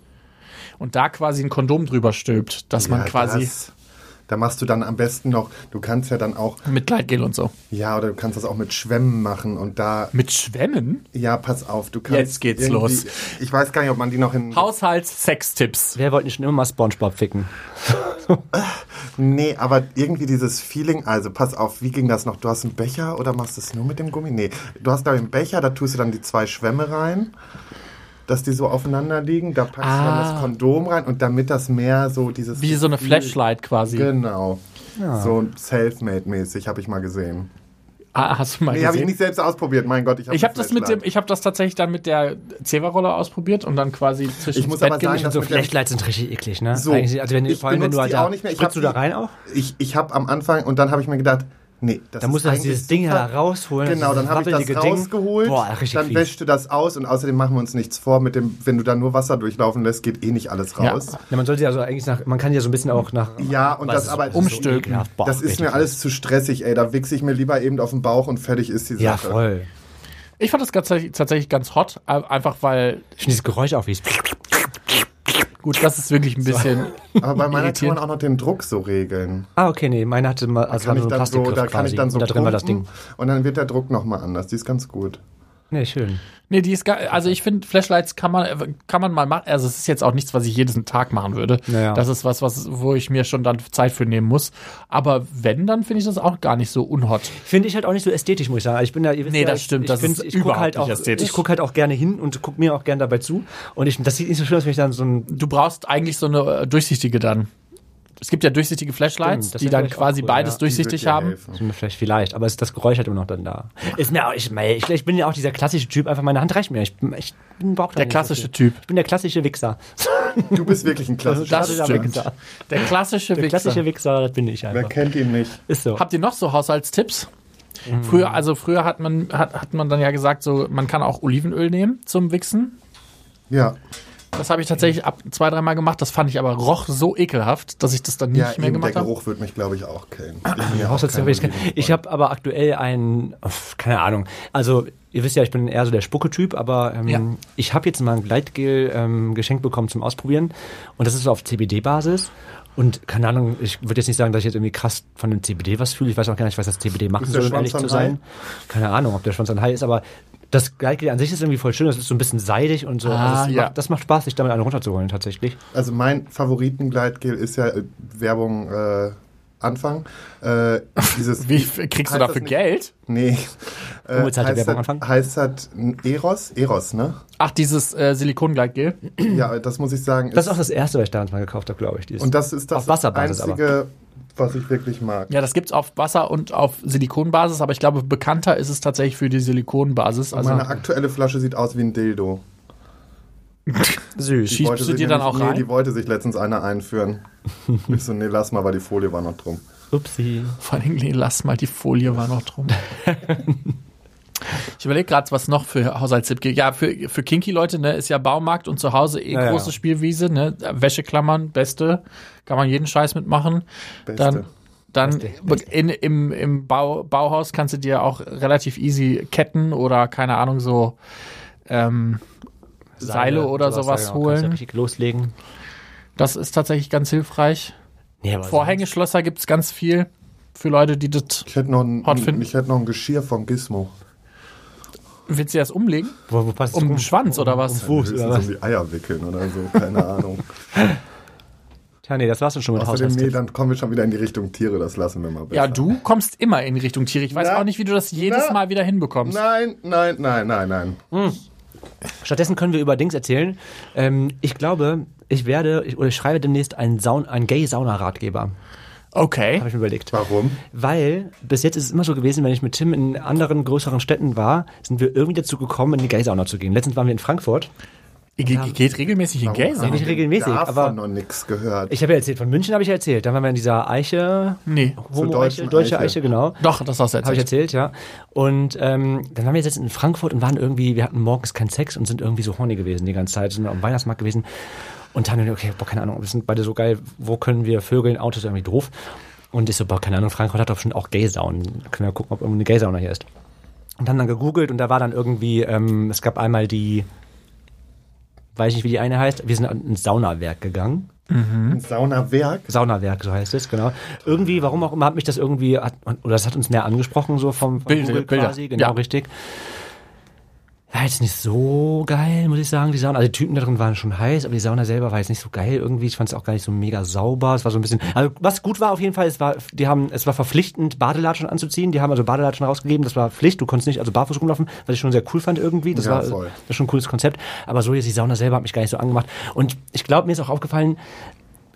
[SPEAKER 3] und da quasi ein Kondom drüber stülpt, dass man
[SPEAKER 1] Ja,
[SPEAKER 3] quasi
[SPEAKER 1] das- Da machst du dann am besten noch, du kannst ja dann auch,
[SPEAKER 3] mit Gleitgel und so.
[SPEAKER 1] ja, oder du kannst das auch mit Schwämmen machen und da,
[SPEAKER 3] Mit Schwämmen?
[SPEAKER 1] ja, pass auf, du kannst.
[SPEAKER 3] Jetzt geht's
[SPEAKER 1] irgendwie-
[SPEAKER 3] los.
[SPEAKER 1] Ich weiß gar nicht, ob man die noch in.
[SPEAKER 3] Haushalts-Sex-Tipps.
[SPEAKER 2] Wer wollte nicht schon immer mal Spongebob ficken?
[SPEAKER 1] Nee, aber irgendwie dieses Feeling, also pass auf, wie ging das noch? Du hast einen Becher oder machst es nur mit dem Gummi? Nee, du hast da einen Becher, da tust du dann die zwei Schwämme rein, dass die so aufeinander liegen, da packst du dann das Kondom rein und damit das mehr so dieses...
[SPEAKER 3] Ah. Wie so eine Flashlight quasi.
[SPEAKER 1] Genau. So Selfmade-mäßig, habe ich mal gesehen.
[SPEAKER 3] Ah, hast du mal
[SPEAKER 1] Nee, habe ich
[SPEAKER 3] gesehen?
[SPEAKER 1] nicht selbst ausprobiert, mein Gott. Ich habe
[SPEAKER 3] Ich habe das mit dem, ich habe das tatsächlich dann mit der Zeberrolle ausprobiert und dann quasi zwischen
[SPEAKER 1] Ich muss aber
[SPEAKER 3] gelegt.
[SPEAKER 1] sagen, dass-
[SPEAKER 2] So
[SPEAKER 1] mit der-
[SPEAKER 2] Flashlights sind richtig eklig, ne?
[SPEAKER 1] So,
[SPEAKER 2] Eigentlich, also wenn,
[SPEAKER 1] ich
[SPEAKER 2] vor allem, wenn
[SPEAKER 1] benutze
[SPEAKER 2] du halt
[SPEAKER 1] die
[SPEAKER 2] da,
[SPEAKER 1] auch nicht mehr. Ich
[SPEAKER 2] drückst
[SPEAKER 1] hab
[SPEAKER 2] du da
[SPEAKER 1] die-
[SPEAKER 2] rein auch?
[SPEAKER 1] Ich, ich habe am Anfang, und dann habe ich mir gedacht, nee, das
[SPEAKER 2] Dann
[SPEAKER 1] ist
[SPEAKER 2] musst du das
[SPEAKER 1] eigentlich
[SPEAKER 2] dieses Ding
[SPEAKER 1] super.
[SPEAKER 2] da rausholen,
[SPEAKER 1] Genau,
[SPEAKER 2] das
[SPEAKER 1] dann habe ich das
[SPEAKER 2] wabbelige Ding.
[SPEAKER 1] rausgeholt,
[SPEAKER 2] Boah, richtig
[SPEAKER 1] dann
[SPEAKER 2] fies.
[SPEAKER 1] wäschst du das aus und außerdem machen wir uns nichts vor, mit dem, wenn du da nur Wasser durchlaufen lässt, geht eh nicht alles
[SPEAKER 3] Ja.
[SPEAKER 1] raus.
[SPEAKER 2] Ja, man sollte ja so eigentlich nach, man kann ja so ein bisschen auch nach.
[SPEAKER 1] Ja, und
[SPEAKER 2] weiß
[SPEAKER 1] das
[SPEAKER 2] es,
[SPEAKER 1] aber-
[SPEAKER 2] so
[SPEAKER 3] Umstülpen.
[SPEAKER 2] ekelhaft. Boah,
[SPEAKER 1] Das ist
[SPEAKER 2] richtig
[SPEAKER 1] mir alles zu stressig, ey. Da wichse ich mir lieber eben auf den Bauch und fertig ist die
[SPEAKER 2] fies. Ja,
[SPEAKER 1] Sache.
[SPEAKER 2] voll.
[SPEAKER 3] Ich fand das ganz, tatsächlich ganz hot, äh, einfach weil,
[SPEAKER 2] Ich finde dieses Geräusch auch wie es.
[SPEAKER 3] gut, das ist wirklich ein bisschen.
[SPEAKER 1] Aber bei meiner kann man
[SPEAKER 3] Irritierend.
[SPEAKER 1] auch noch den Druck so regeln.
[SPEAKER 2] Ah, okay, nee, meine hatte mal, also
[SPEAKER 1] Kann
[SPEAKER 2] war nur
[SPEAKER 1] ich dann
[SPEAKER 2] ein
[SPEAKER 1] so,
[SPEAKER 2] Plastikgriff
[SPEAKER 1] da kann ich
[SPEAKER 2] quasi.
[SPEAKER 1] dann so
[SPEAKER 2] und da drin war das
[SPEAKER 1] pumpen
[SPEAKER 2] Ding.
[SPEAKER 1] Und dann wird der Druck nochmal anders. Die ist ganz gut.
[SPEAKER 2] Nee, schön.
[SPEAKER 3] Nee, die ist gar, also ich finde, Flashlights kann man, kann man mal machen. Also es ist jetzt auch nichts, was ich jeden Tag machen würde.
[SPEAKER 2] Naja.
[SPEAKER 3] Das ist was, was, wo ich mir schon dann Zeit für nehmen muss. Aber wenn, dann finde ich das auch gar nicht so unhot.
[SPEAKER 2] Finde ich halt auch nicht so ästhetisch, muss ich sagen. Also Ich bin da, ihr wisst
[SPEAKER 3] Nee,
[SPEAKER 2] ja,
[SPEAKER 3] das
[SPEAKER 2] ich-
[SPEAKER 3] stimmt,
[SPEAKER 2] Ich,
[SPEAKER 3] das
[SPEAKER 2] bin-
[SPEAKER 3] ist
[SPEAKER 2] ich gucke
[SPEAKER 3] überhaupt
[SPEAKER 2] halt
[SPEAKER 3] nicht
[SPEAKER 2] auch,
[SPEAKER 3] ästhetisch.
[SPEAKER 2] ich gucke halt auch gerne hin und gucke mir auch gerne dabei zu. Und ich, das sieht nicht so schön aus, wenn ich dann so ein
[SPEAKER 3] Du brauchst eigentlich so eine äh, durchsichtige dann. Es gibt ja durchsichtige Flashlights,
[SPEAKER 2] Stimmt, das
[SPEAKER 3] die
[SPEAKER 2] wär
[SPEAKER 3] dann
[SPEAKER 2] vielleicht auch
[SPEAKER 3] quasi
[SPEAKER 2] cool,
[SPEAKER 3] beides
[SPEAKER 2] ja. Die
[SPEAKER 1] Die wird
[SPEAKER 3] durchsichtig
[SPEAKER 1] dir
[SPEAKER 3] haben.
[SPEAKER 1] helfen.
[SPEAKER 2] So, Vielleicht, vielleicht, aber es, das Geräusch halt immer noch dann da. Ist mir auch, ich, mei, ich, ich bin ja auch dieser klassische Typ, einfach meine Hand reicht mir. Ich, bin- ich bin braucht
[SPEAKER 3] Der klassische Typ.
[SPEAKER 2] Ich bin der klassische Wichser.
[SPEAKER 1] Du bist wirklich ein klassischer
[SPEAKER 3] Das
[SPEAKER 1] Wichser.
[SPEAKER 3] stimmt.
[SPEAKER 2] Wichser.
[SPEAKER 3] Der klassische
[SPEAKER 2] Der
[SPEAKER 3] Wichser.
[SPEAKER 2] klassische Wichser, das bin ich
[SPEAKER 1] Wer
[SPEAKER 2] einfach.
[SPEAKER 1] kennt ihn nicht?
[SPEAKER 2] Ist so.
[SPEAKER 3] Habt ihr noch so Haushaltstipps?
[SPEAKER 2] Mhm.
[SPEAKER 3] Früher, also früher hat man, hat, hat man dann ja gesagt, so, man kann auch Olivenöl nehmen zum Wichsen.
[SPEAKER 1] Ja.
[SPEAKER 3] Das habe ich tatsächlich ab zwei, dreimal gemacht. Das fand ich aber roch so ekelhaft, dass ich das dann nicht
[SPEAKER 1] Ja,
[SPEAKER 3] mehr
[SPEAKER 1] eben der
[SPEAKER 3] gemacht Ah, habe.
[SPEAKER 1] Geruch wird mich, glaube ich, auch killen. Ich bin ja auch kein
[SPEAKER 2] Haushaltszimmer will ich kein-
[SPEAKER 1] Olivenfreund.
[SPEAKER 2] Ich habe aber aktuell einen, pf, keine Ahnung, also ihr wisst ja, ich bin eher so der Spucke-Typ, aber ähm,
[SPEAKER 3] Ja.
[SPEAKER 2] ich habe jetzt mal ein Gleitgel ähm, geschenkt bekommen zum Ausprobieren und das ist auf CBD-Basis und keine Ahnung, ich würde jetzt nicht sagen, dass ich jetzt irgendwie krass von dem CBD was fühle, ich weiß auch gar nicht, was das CBD machen
[SPEAKER 1] Ist der
[SPEAKER 2] soll, um
[SPEAKER 1] Schwanz
[SPEAKER 2] ehrlich
[SPEAKER 1] am
[SPEAKER 2] zu
[SPEAKER 1] Hai?
[SPEAKER 2] sein. Keine Ahnung, ob der Schwanz ein Hai ist, aber das Gleitgel an sich ist irgendwie voll schön, das ist so ein bisschen seidig und so,
[SPEAKER 3] Ah,
[SPEAKER 2] also das,
[SPEAKER 3] ja.
[SPEAKER 2] macht, das macht Spaß, sich damit einen runterzuholen tatsächlich.
[SPEAKER 1] Also mein Favoritengleitgel ist ja äh, Werbung äh, Anfang. Äh, dieses
[SPEAKER 3] Wie f- kriegst du
[SPEAKER 1] Heißt das
[SPEAKER 3] dafür
[SPEAKER 1] nicht-
[SPEAKER 3] Geld?
[SPEAKER 1] Nee. Äh,
[SPEAKER 2] Unbezahlte
[SPEAKER 1] heißt
[SPEAKER 2] Werbung
[SPEAKER 1] das-
[SPEAKER 2] anfangen?
[SPEAKER 1] Heißt das n- Eros? Eros, ne?
[SPEAKER 3] Ach, dieses äh, Silikongleitgel.
[SPEAKER 1] Ja, das muss ich sagen.
[SPEAKER 2] Das ist auch das erste, was ich damals mal gekauft habe, glaube ich. dieses-
[SPEAKER 1] und das ist das
[SPEAKER 2] auf Wasserbasis aber.
[SPEAKER 1] einzige, was ich wirklich mag.
[SPEAKER 3] Ja, das gibt's auf Wasser und auf Silikonbasis, aber ich glaube, bekannter ist es tatsächlich für die Silikonbasis. Also
[SPEAKER 1] Meine aktuelle Flasche sieht aus wie ein Dildo.
[SPEAKER 2] süß.
[SPEAKER 1] Die
[SPEAKER 3] Schiebst
[SPEAKER 1] wollte
[SPEAKER 3] du
[SPEAKER 1] sich
[SPEAKER 3] dir dann
[SPEAKER 1] nämlich-
[SPEAKER 3] auch rein?
[SPEAKER 1] Nee, die wollte sich letztens eine einführen. ich so, nee, lass mal, weil die Folie war noch drum.
[SPEAKER 2] Upsi.
[SPEAKER 3] vor allem, nee, lass mal, die Folie war noch drum. Ich überlege gerade, was noch für Haushaltstipp gibt. Ja, für, für Kinky-Leute ne, ist ja Baumarkt und zu Hause eh
[SPEAKER 2] Ja, ja.
[SPEAKER 3] große Spielwiese. Ne? Wäscheklammern, beste. Kann man jeden Scheiß mitmachen.
[SPEAKER 1] Beste.
[SPEAKER 3] Dann, dann In, im, im Bau, Bauhaus kannst du dir auch relativ easy Ketten oder keine Ahnung, so ähm, Seile, oder sowas
[SPEAKER 2] genau, kannst du
[SPEAKER 3] holen.
[SPEAKER 2] richtig loslegen.
[SPEAKER 3] Das ist tatsächlich ganz hilfreich.
[SPEAKER 2] Nee, aber
[SPEAKER 3] Vorhängeschlösser gibt es ganz viel für Leute, die das.
[SPEAKER 1] Ich hätte noch ein,
[SPEAKER 3] Hot finden.
[SPEAKER 1] ich hätte noch ein Geschirr vom Gizmo.
[SPEAKER 3] Willst du das umlegen?
[SPEAKER 2] Wo, wo passt es
[SPEAKER 3] Um den
[SPEAKER 2] rum?
[SPEAKER 3] Schwanz oder was?
[SPEAKER 2] Fuß
[SPEAKER 1] Höchstens
[SPEAKER 2] oder was?
[SPEAKER 1] um die Eier wickeln oder so, keine Ahnung.
[SPEAKER 2] Ja, nee, das war's dann schon mit
[SPEAKER 1] Außerdem, nee,
[SPEAKER 2] Haushaltstipps.
[SPEAKER 1] dann kommen wir schon wieder in die Richtung Tiere, das lassen wir mal besser.
[SPEAKER 3] Ja, du kommst immer in Richtung Tiere. Ich weiß
[SPEAKER 1] Na,
[SPEAKER 3] auch nicht, wie du das jedes
[SPEAKER 1] na,
[SPEAKER 3] Mal wieder hinbekommst.
[SPEAKER 1] Nein, nein, nein, nein, nein.
[SPEAKER 2] Stattdessen können wir über Dings erzählen. Ähm, ich glaube, ich werde ich, oder ich schreibe demnächst einen, Saun einen Gay-Sauna-Ratgeber.
[SPEAKER 3] Okay.
[SPEAKER 2] Habe ich mir überlegt.
[SPEAKER 1] Warum?
[SPEAKER 2] Weil bis jetzt ist es immer so gewesen, wenn ich mit Tim in anderen größeren Städten war, sind wir irgendwie dazu gekommen, in die Gay-Sauna zu gehen. Letztens waren wir in Frankfurt.
[SPEAKER 3] Ihr, ge- ihr geht regelmäßig in Gay
[SPEAKER 2] Nicht
[SPEAKER 3] sein?
[SPEAKER 2] regelmäßig,
[SPEAKER 1] davon
[SPEAKER 2] aber-
[SPEAKER 1] noch nichts gehört.
[SPEAKER 2] Ich habe ja erzählt, von München habe ich ja erzählt. Dann waren wir in dieser Eiche,
[SPEAKER 3] Nee.
[SPEAKER 2] Homo-Eiche,
[SPEAKER 1] deutschen
[SPEAKER 2] deutsche
[SPEAKER 1] Eiche.
[SPEAKER 2] Hm. Eiche, genau.
[SPEAKER 3] Doch, das hast du
[SPEAKER 2] Habe ich erzählt,
[SPEAKER 3] erzählt.
[SPEAKER 2] ja. Und ähm, dann waren wir jetzt in Frankfurt und waren irgendwie, wir hatten morgens keinen Sex und sind irgendwie so horny gewesen die ganze Zeit, sind am Weihnachtsmarkt gewesen und haben gedacht, okay, boah, keine Ahnung, wir sind beide so geil, wo können wir Vögeln, Autos irgendwie doof. Und ich so, boah, keine Ahnung, Frankfurt hat doch schon auch Gay-Saunen. Können wir gucken, ob irgendeine Gay-Sauna hier ist. Und haben dann gegoogelt und da war dann irgendwie, ähm, es gab einmal die, weiß ich nicht, wie die eine heißt, wir sind ins Saunawerk gegangen.
[SPEAKER 1] Ein Saunawerk.
[SPEAKER 2] Saunawerk, so heißt es, genau. Irgendwie, warum auch immer, hat mich das irgendwie, hat, oder das hat uns mehr angesprochen, so vom, vom
[SPEAKER 3] Bilder, Bilder,
[SPEAKER 2] quasi, genau,
[SPEAKER 3] ja.
[SPEAKER 2] richtig. War jetzt nicht so geil, muss ich sagen, die Sauna. Also die Typen da drin waren schon heiß, aber die Sauna selber war jetzt nicht so geil irgendwie. Ich fand es auch gar nicht so mega sauber. Es war so ein bisschen, also was gut war auf jeden Fall, es war, die haben, es war verpflichtend, Badelatschen anzuziehen. Die haben also Badelatschen rausgegeben, das war Pflicht. Du konntest nicht, also barfuß rumlaufen, was ich schon sehr cool fand irgendwie. Das
[SPEAKER 1] Ja,
[SPEAKER 2] war,
[SPEAKER 1] voll.
[SPEAKER 2] das ist schon ein cooles Konzept. Aber so jetzt die Sauna selber hat mich gar nicht so angemacht. Und ich glaube, mir ist auch aufgefallen,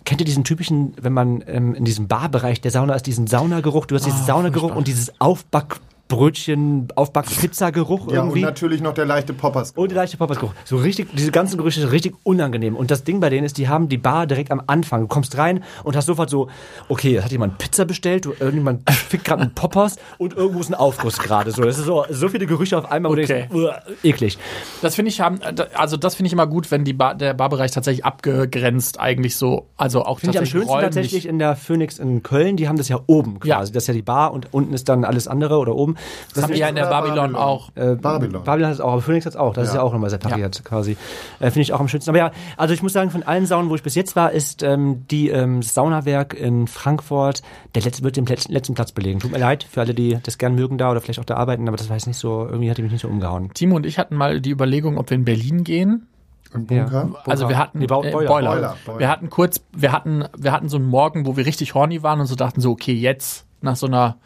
[SPEAKER 2] Kennt ihr diesen typischen, wenn man ähm, in diesem Barbereich der Sauna ist, diesen Saunageruch? Du hast
[SPEAKER 1] Ah,
[SPEAKER 2] diesen Saunageruch und dieses Aufbackbrötchen, Aufbackpizza-Geruch
[SPEAKER 1] Ja, und
[SPEAKER 2] irgendwie.
[SPEAKER 1] natürlich noch der leichte Poppers.
[SPEAKER 2] Und der leichte Poppers-Geruch. So richtig, diese ganzen Gerüche sind richtig unangenehm. Und das Ding bei denen ist, die haben die Bar direkt am Anfang. Du kommst rein und hast sofort so, okay, jetzt hat jemand Pizza bestellt, du, irgendjemand fickt gerade einen Poppers und irgendwo ist ein Aufguss gerade. So, das ist so, so viele Gerüche auf einmal, wo du
[SPEAKER 3] Okay.
[SPEAKER 2] denkst, uah, eklig.
[SPEAKER 3] Das finde ich haben, also das finde ich immer gut, wenn die Bar, der Barbereich tatsächlich abgegrenzt eigentlich so, also auch
[SPEAKER 2] Finde ich am
[SPEAKER 3] tatsächlich
[SPEAKER 2] schönsten
[SPEAKER 3] räumlich.
[SPEAKER 2] tatsächlich in der Phoenix in Köln. Die haben das ja oben
[SPEAKER 3] Ja.
[SPEAKER 2] quasi. Das ist ja die Bar und unten ist dann alles andere oder oben.
[SPEAKER 3] Das haben wir ja in der
[SPEAKER 1] Oder
[SPEAKER 3] Babylon,
[SPEAKER 1] Babylon.
[SPEAKER 3] auch.
[SPEAKER 2] Äh,
[SPEAKER 1] Babylon.
[SPEAKER 2] Babylon hat es auch, aber Phoenix hat es auch. Das ist ja auch nochmal separiert quasi. Äh, Finde ich auch am schönsten. Aber ja, also ich muss sagen, von allen Saunen, wo ich bis jetzt war, ist ähm, die ähm, Saunawerk in Frankfurt, der letzte wird den letzten, letzten Platz belegen. Tut mir leid für alle, die das gern mögen da oder vielleicht auch da arbeiten, aber das weiß nicht so, irgendwie hat die mich nicht so umgehauen.
[SPEAKER 3] Timo und ich hatten mal die Überlegung, ob wir in Berlin gehen.
[SPEAKER 1] Im Bunker.
[SPEAKER 3] Also wir hatten
[SPEAKER 2] Nee, Bau-
[SPEAKER 3] äh,
[SPEAKER 2] Boiler.
[SPEAKER 3] Boiler.
[SPEAKER 1] Boiler, Boiler.
[SPEAKER 3] Wir hatten kurz, wir hatten, wir hatten so einen Morgen, wo wir richtig horny waren und so dachten so, okay, jetzt nach so einer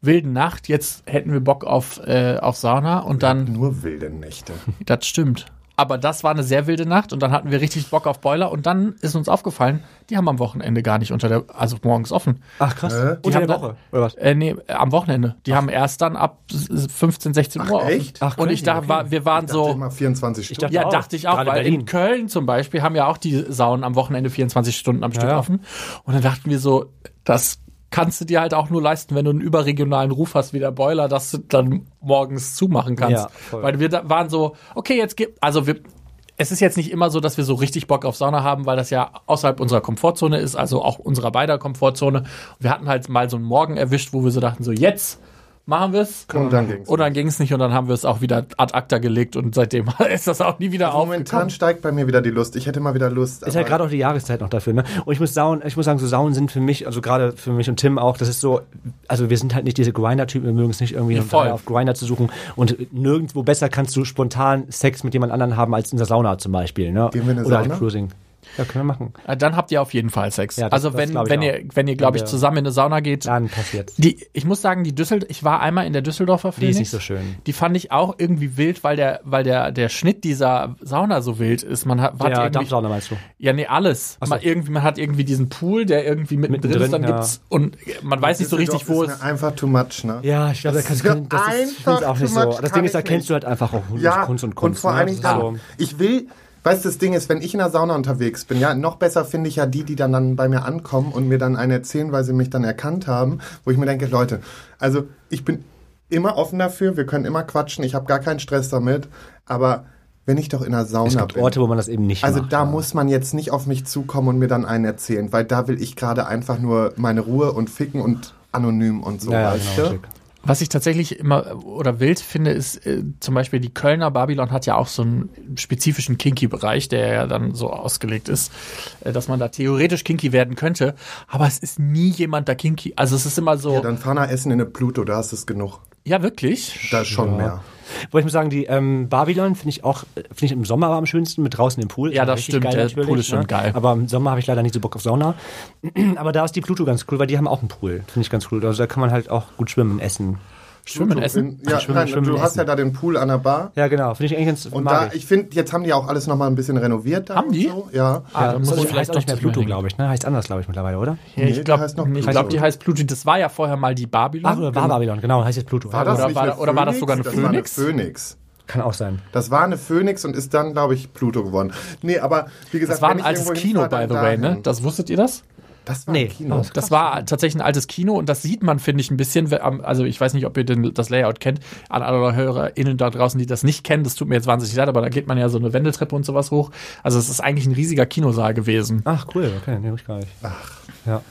[SPEAKER 3] wilden Nacht, jetzt hätten wir Bock auf äh, auf Sauna und dann
[SPEAKER 1] Nur wilde Nächte.
[SPEAKER 3] Das stimmt. Aber das war eine sehr wilde Nacht und dann hatten wir richtig Bock auf Boiler und dann ist uns aufgefallen, die haben am Wochenende gar nicht unter der, also morgens offen.
[SPEAKER 2] Ach krass.
[SPEAKER 1] Äh?
[SPEAKER 2] Unter der
[SPEAKER 3] haben da-
[SPEAKER 2] Woche oder was?
[SPEAKER 3] Äh, nee, äh, am Wochenende. Die haben erst dann ab s- s- 15, 16 Uhr offen.
[SPEAKER 1] echt?
[SPEAKER 2] Ach,
[SPEAKER 3] und
[SPEAKER 2] crazy,
[SPEAKER 3] ich dachte,
[SPEAKER 2] okay.
[SPEAKER 3] war, wir waren
[SPEAKER 1] So.
[SPEAKER 3] so,
[SPEAKER 1] Immer 24 Stunden.
[SPEAKER 2] dachte
[SPEAKER 3] ja,
[SPEAKER 2] auch.
[SPEAKER 3] dachte ich auch,
[SPEAKER 2] Gerade
[SPEAKER 3] weil
[SPEAKER 2] Berlin.
[SPEAKER 3] in Köln zum Beispiel haben ja auch die Saunen am Wochenende 24 Stunden am Stück
[SPEAKER 2] ja.
[SPEAKER 3] offen. Und dann dachten wir so, das kannst du dir halt auch nur leisten, wenn du einen überregionalen Ruf hast wie der Boiler, dass du dann morgens zumachen kannst.
[SPEAKER 2] Ja, voll.
[SPEAKER 3] weil wir da waren so, okay, jetzt gibt, also wir, es ist jetzt nicht immer so, dass wir so richtig Bock auf Sauna haben, weil das ja außerhalb unserer Komfortzone ist, also auch unserer beider Komfortzone. Wir hatten halt mal so einen Morgen erwischt, wo wir so dachten, so jetzt machen wir es.
[SPEAKER 1] Und dann ging's.
[SPEAKER 3] Und dann ging es nicht und dann haben wir es auch wieder ad acta gelegt und seitdem ist das auch nie wieder
[SPEAKER 2] Also
[SPEAKER 1] Momentan
[SPEAKER 3] aufgekommen.
[SPEAKER 1] steigt bei mir wieder die Lust. Ich hätte mal wieder Lust.
[SPEAKER 2] Ist halt
[SPEAKER 1] aber-
[SPEAKER 2] gerade auch die Jahreszeit noch dafür, ne? Und ich muss, Sauen, ich muss sagen, so Saunen sind für mich, also gerade für mich und Tim auch, das ist so, also wir sind halt nicht diese Grinder-Typen, wir mögen es nicht irgendwie
[SPEAKER 3] Ja,
[SPEAKER 2] noch
[SPEAKER 3] voll.
[SPEAKER 2] auf Grinder zu suchen. Und nirgendwo besser kannst du spontan Sex mit jemand anderen haben als in der Sauna zum Beispiel, ne?
[SPEAKER 1] Gehen wir in eine
[SPEAKER 2] Oder
[SPEAKER 1] Sauna?
[SPEAKER 2] halt Cruising. Ja, können wir machen.
[SPEAKER 3] Äh, Dann habt ihr auf jeden Fall Sex.
[SPEAKER 2] Ja, das-
[SPEAKER 3] also
[SPEAKER 2] das
[SPEAKER 3] wenn,
[SPEAKER 2] glaub ich
[SPEAKER 3] wenn
[SPEAKER 2] auch.
[SPEAKER 3] ihr, wenn ihr, glaube ich,
[SPEAKER 2] wir-
[SPEAKER 3] zusammen in eine Sauna geht.
[SPEAKER 2] Dann passiert's.
[SPEAKER 3] Die, ich muss sagen, die Düsseldorf, ich war einmal in der Düsseldorfer
[SPEAKER 2] Die
[SPEAKER 3] Phoenix.
[SPEAKER 2] ist nicht so schön.
[SPEAKER 3] Die fand ich auch irgendwie wild, weil der, weil der, der Schnitt dieser Sauna so wild ist. Man hat, hat
[SPEAKER 2] Ja,
[SPEAKER 3] irgendwie,
[SPEAKER 2] Dampfsauna meinst du?
[SPEAKER 3] ja nee, alles. Man, irgendwie, man hat irgendwie diesen Pool, der irgendwie mittendrin, ist,
[SPEAKER 2] Mittendrin,
[SPEAKER 3] dann
[SPEAKER 2] ja.
[SPEAKER 3] gibt's, und man weiß nicht so
[SPEAKER 1] Düsseldorf
[SPEAKER 3] richtig, wo
[SPEAKER 1] ist
[SPEAKER 3] es,
[SPEAKER 1] mir einfach too much, ne?
[SPEAKER 2] Ja, ich glaube, da kannst
[SPEAKER 1] ist
[SPEAKER 2] du, das ist, ich find's auch
[SPEAKER 1] einfach
[SPEAKER 2] nicht
[SPEAKER 1] too much,
[SPEAKER 2] so. Das
[SPEAKER 1] kann
[SPEAKER 2] Ding ist, da
[SPEAKER 1] ich
[SPEAKER 2] kennst
[SPEAKER 1] nicht.
[SPEAKER 2] du halt einfach auch Kunst und Kunst.
[SPEAKER 1] Und vor
[SPEAKER 2] ne?
[SPEAKER 1] allen
[SPEAKER 2] Das
[SPEAKER 1] Dingen,
[SPEAKER 2] ist
[SPEAKER 1] da,
[SPEAKER 2] so.
[SPEAKER 1] ich will, weißt du, das Ding ist, wenn ich in der Sauna unterwegs bin, ja, noch besser finde ich ja die, die dann, dann bei mir ankommen und mir dann einen erzählen, weil sie mich dann erkannt haben, wo ich mir denke, Leute, also ich bin immer offen dafür, wir können immer quatschen, ich habe gar keinen Stress damit, aber wenn ich doch in der Sauna
[SPEAKER 2] Es gibt
[SPEAKER 1] bin.
[SPEAKER 2] Orte, wo man das eben nicht
[SPEAKER 1] also
[SPEAKER 2] macht.
[SPEAKER 1] da muss man jetzt nicht auf mich zukommen und mir dann einen erzählen, weil da will ich gerade einfach nur meine Ruhe und ficken und anonym und so,
[SPEAKER 2] ja, ja,
[SPEAKER 1] weißt
[SPEAKER 2] genau,
[SPEAKER 1] du?
[SPEAKER 2] schick.
[SPEAKER 3] Was ich tatsächlich immer äh, oder wild finde, ist äh, zum Beispiel die Kölner Babylon hat ja auch so einen spezifischen Kinky-Bereich, der ja dann so ausgelegt ist, äh, dass man da theoretisch Kinky werden könnte. Aber es ist nie jemand da Kinky. Also es ist immer so,
[SPEAKER 1] Ja,
[SPEAKER 3] ja,
[SPEAKER 1] dann fahr nach Essen in eine Pluto, da hast du es genug.
[SPEAKER 3] wirklich.
[SPEAKER 1] Da ist schon mehr.
[SPEAKER 2] Wollte ich mal sagen, die ähm, Babylon finde ich auch, äh, finde ich im Sommer am schönsten mit draußen im Pool.
[SPEAKER 3] Ja, das
[SPEAKER 2] Richtig
[SPEAKER 3] stimmt, der
[SPEAKER 2] natürlich, ne?
[SPEAKER 3] Pool ist schon geil.
[SPEAKER 2] Aber im Sommer habe ich leider nicht so Bock auf Sauna. Aber da ist die Pluto ganz cool, weil die haben auch einen Pool. Finde ich ganz cool. Also da kann man halt auch gut schwimmen, essen.
[SPEAKER 3] Schwimmen, Essen.
[SPEAKER 1] In, ja,
[SPEAKER 2] Schwimmen,
[SPEAKER 1] nein,
[SPEAKER 2] schwimmen,
[SPEAKER 1] du hast
[SPEAKER 2] essen.
[SPEAKER 1] ja da den Pool an der Bar.
[SPEAKER 2] Ja, genau. Finde ich eigentlich ganz
[SPEAKER 1] Und
[SPEAKER 2] mag
[SPEAKER 1] da, ich finde, jetzt haben die auch alles nochmal ein bisschen renoviert. Da
[SPEAKER 3] Haben
[SPEAKER 1] und
[SPEAKER 3] die?
[SPEAKER 1] So. Ja.
[SPEAKER 3] Ah,
[SPEAKER 2] Ja,
[SPEAKER 3] da
[SPEAKER 2] muss
[SPEAKER 3] muss ich
[SPEAKER 2] das heißt
[SPEAKER 3] vielleicht
[SPEAKER 2] auch
[SPEAKER 3] doch
[SPEAKER 2] nicht mehr Pluto, glaube ich. Ne? Heißt anders, glaube ich, mittlerweile, oder?
[SPEAKER 3] ich. Ja,
[SPEAKER 1] Nee,
[SPEAKER 3] ich glaube,
[SPEAKER 1] die heißt noch
[SPEAKER 3] ich
[SPEAKER 1] Pluto.
[SPEAKER 3] glaub, die heißt Pluto. Das war ja vorher mal die Babylon.
[SPEAKER 2] Ach, oder war Babylon, genau. Heißt jetzt Pluto.
[SPEAKER 1] war das
[SPEAKER 3] Oder
[SPEAKER 1] nicht
[SPEAKER 3] war-
[SPEAKER 1] eine
[SPEAKER 3] oder war das sogar eine
[SPEAKER 1] War eine
[SPEAKER 3] Phönix?
[SPEAKER 1] Phönix.
[SPEAKER 2] Kann auch sein.
[SPEAKER 1] Das war eine Phoenix und ist dann, glaube ich, Pluto geworden. Nee, aber wie gesagt,
[SPEAKER 3] Das war
[SPEAKER 1] wenn
[SPEAKER 3] ein
[SPEAKER 1] ich
[SPEAKER 3] altes
[SPEAKER 1] irgendwo
[SPEAKER 3] Kino, by
[SPEAKER 1] hinfahre,
[SPEAKER 3] the
[SPEAKER 1] dann
[SPEAKER 3] way, ne?
[SPEAKER 1] dahin.
[SPEAKER 3] Das wusstet ihr das?
[SPEAKER 1] Das war
[SPEAKER 2] Nee.
[SPEAKER 1] ein Kino.
[SPEAKER 2] Oh.
[SPEAKER 3] Das war tatsächlich ein altes Kino und das sieht man, finde ich, ein bisschen. we- am- Also ich weiß nicht, ob ihr den, das Layout kennt. An alle HörerInnen da draußen, die das nicht kennen, das tut mir jetzt wahnsinnig leid, aber da geht man ja so eine Wendeltreppe und sowas hoch. Also es ist eigentlich ein riesiger Kinosaal gewesen.
[SPEAKER 2] Ach, cool, okay, nee, hab ich gar nicht. Ach. Ja,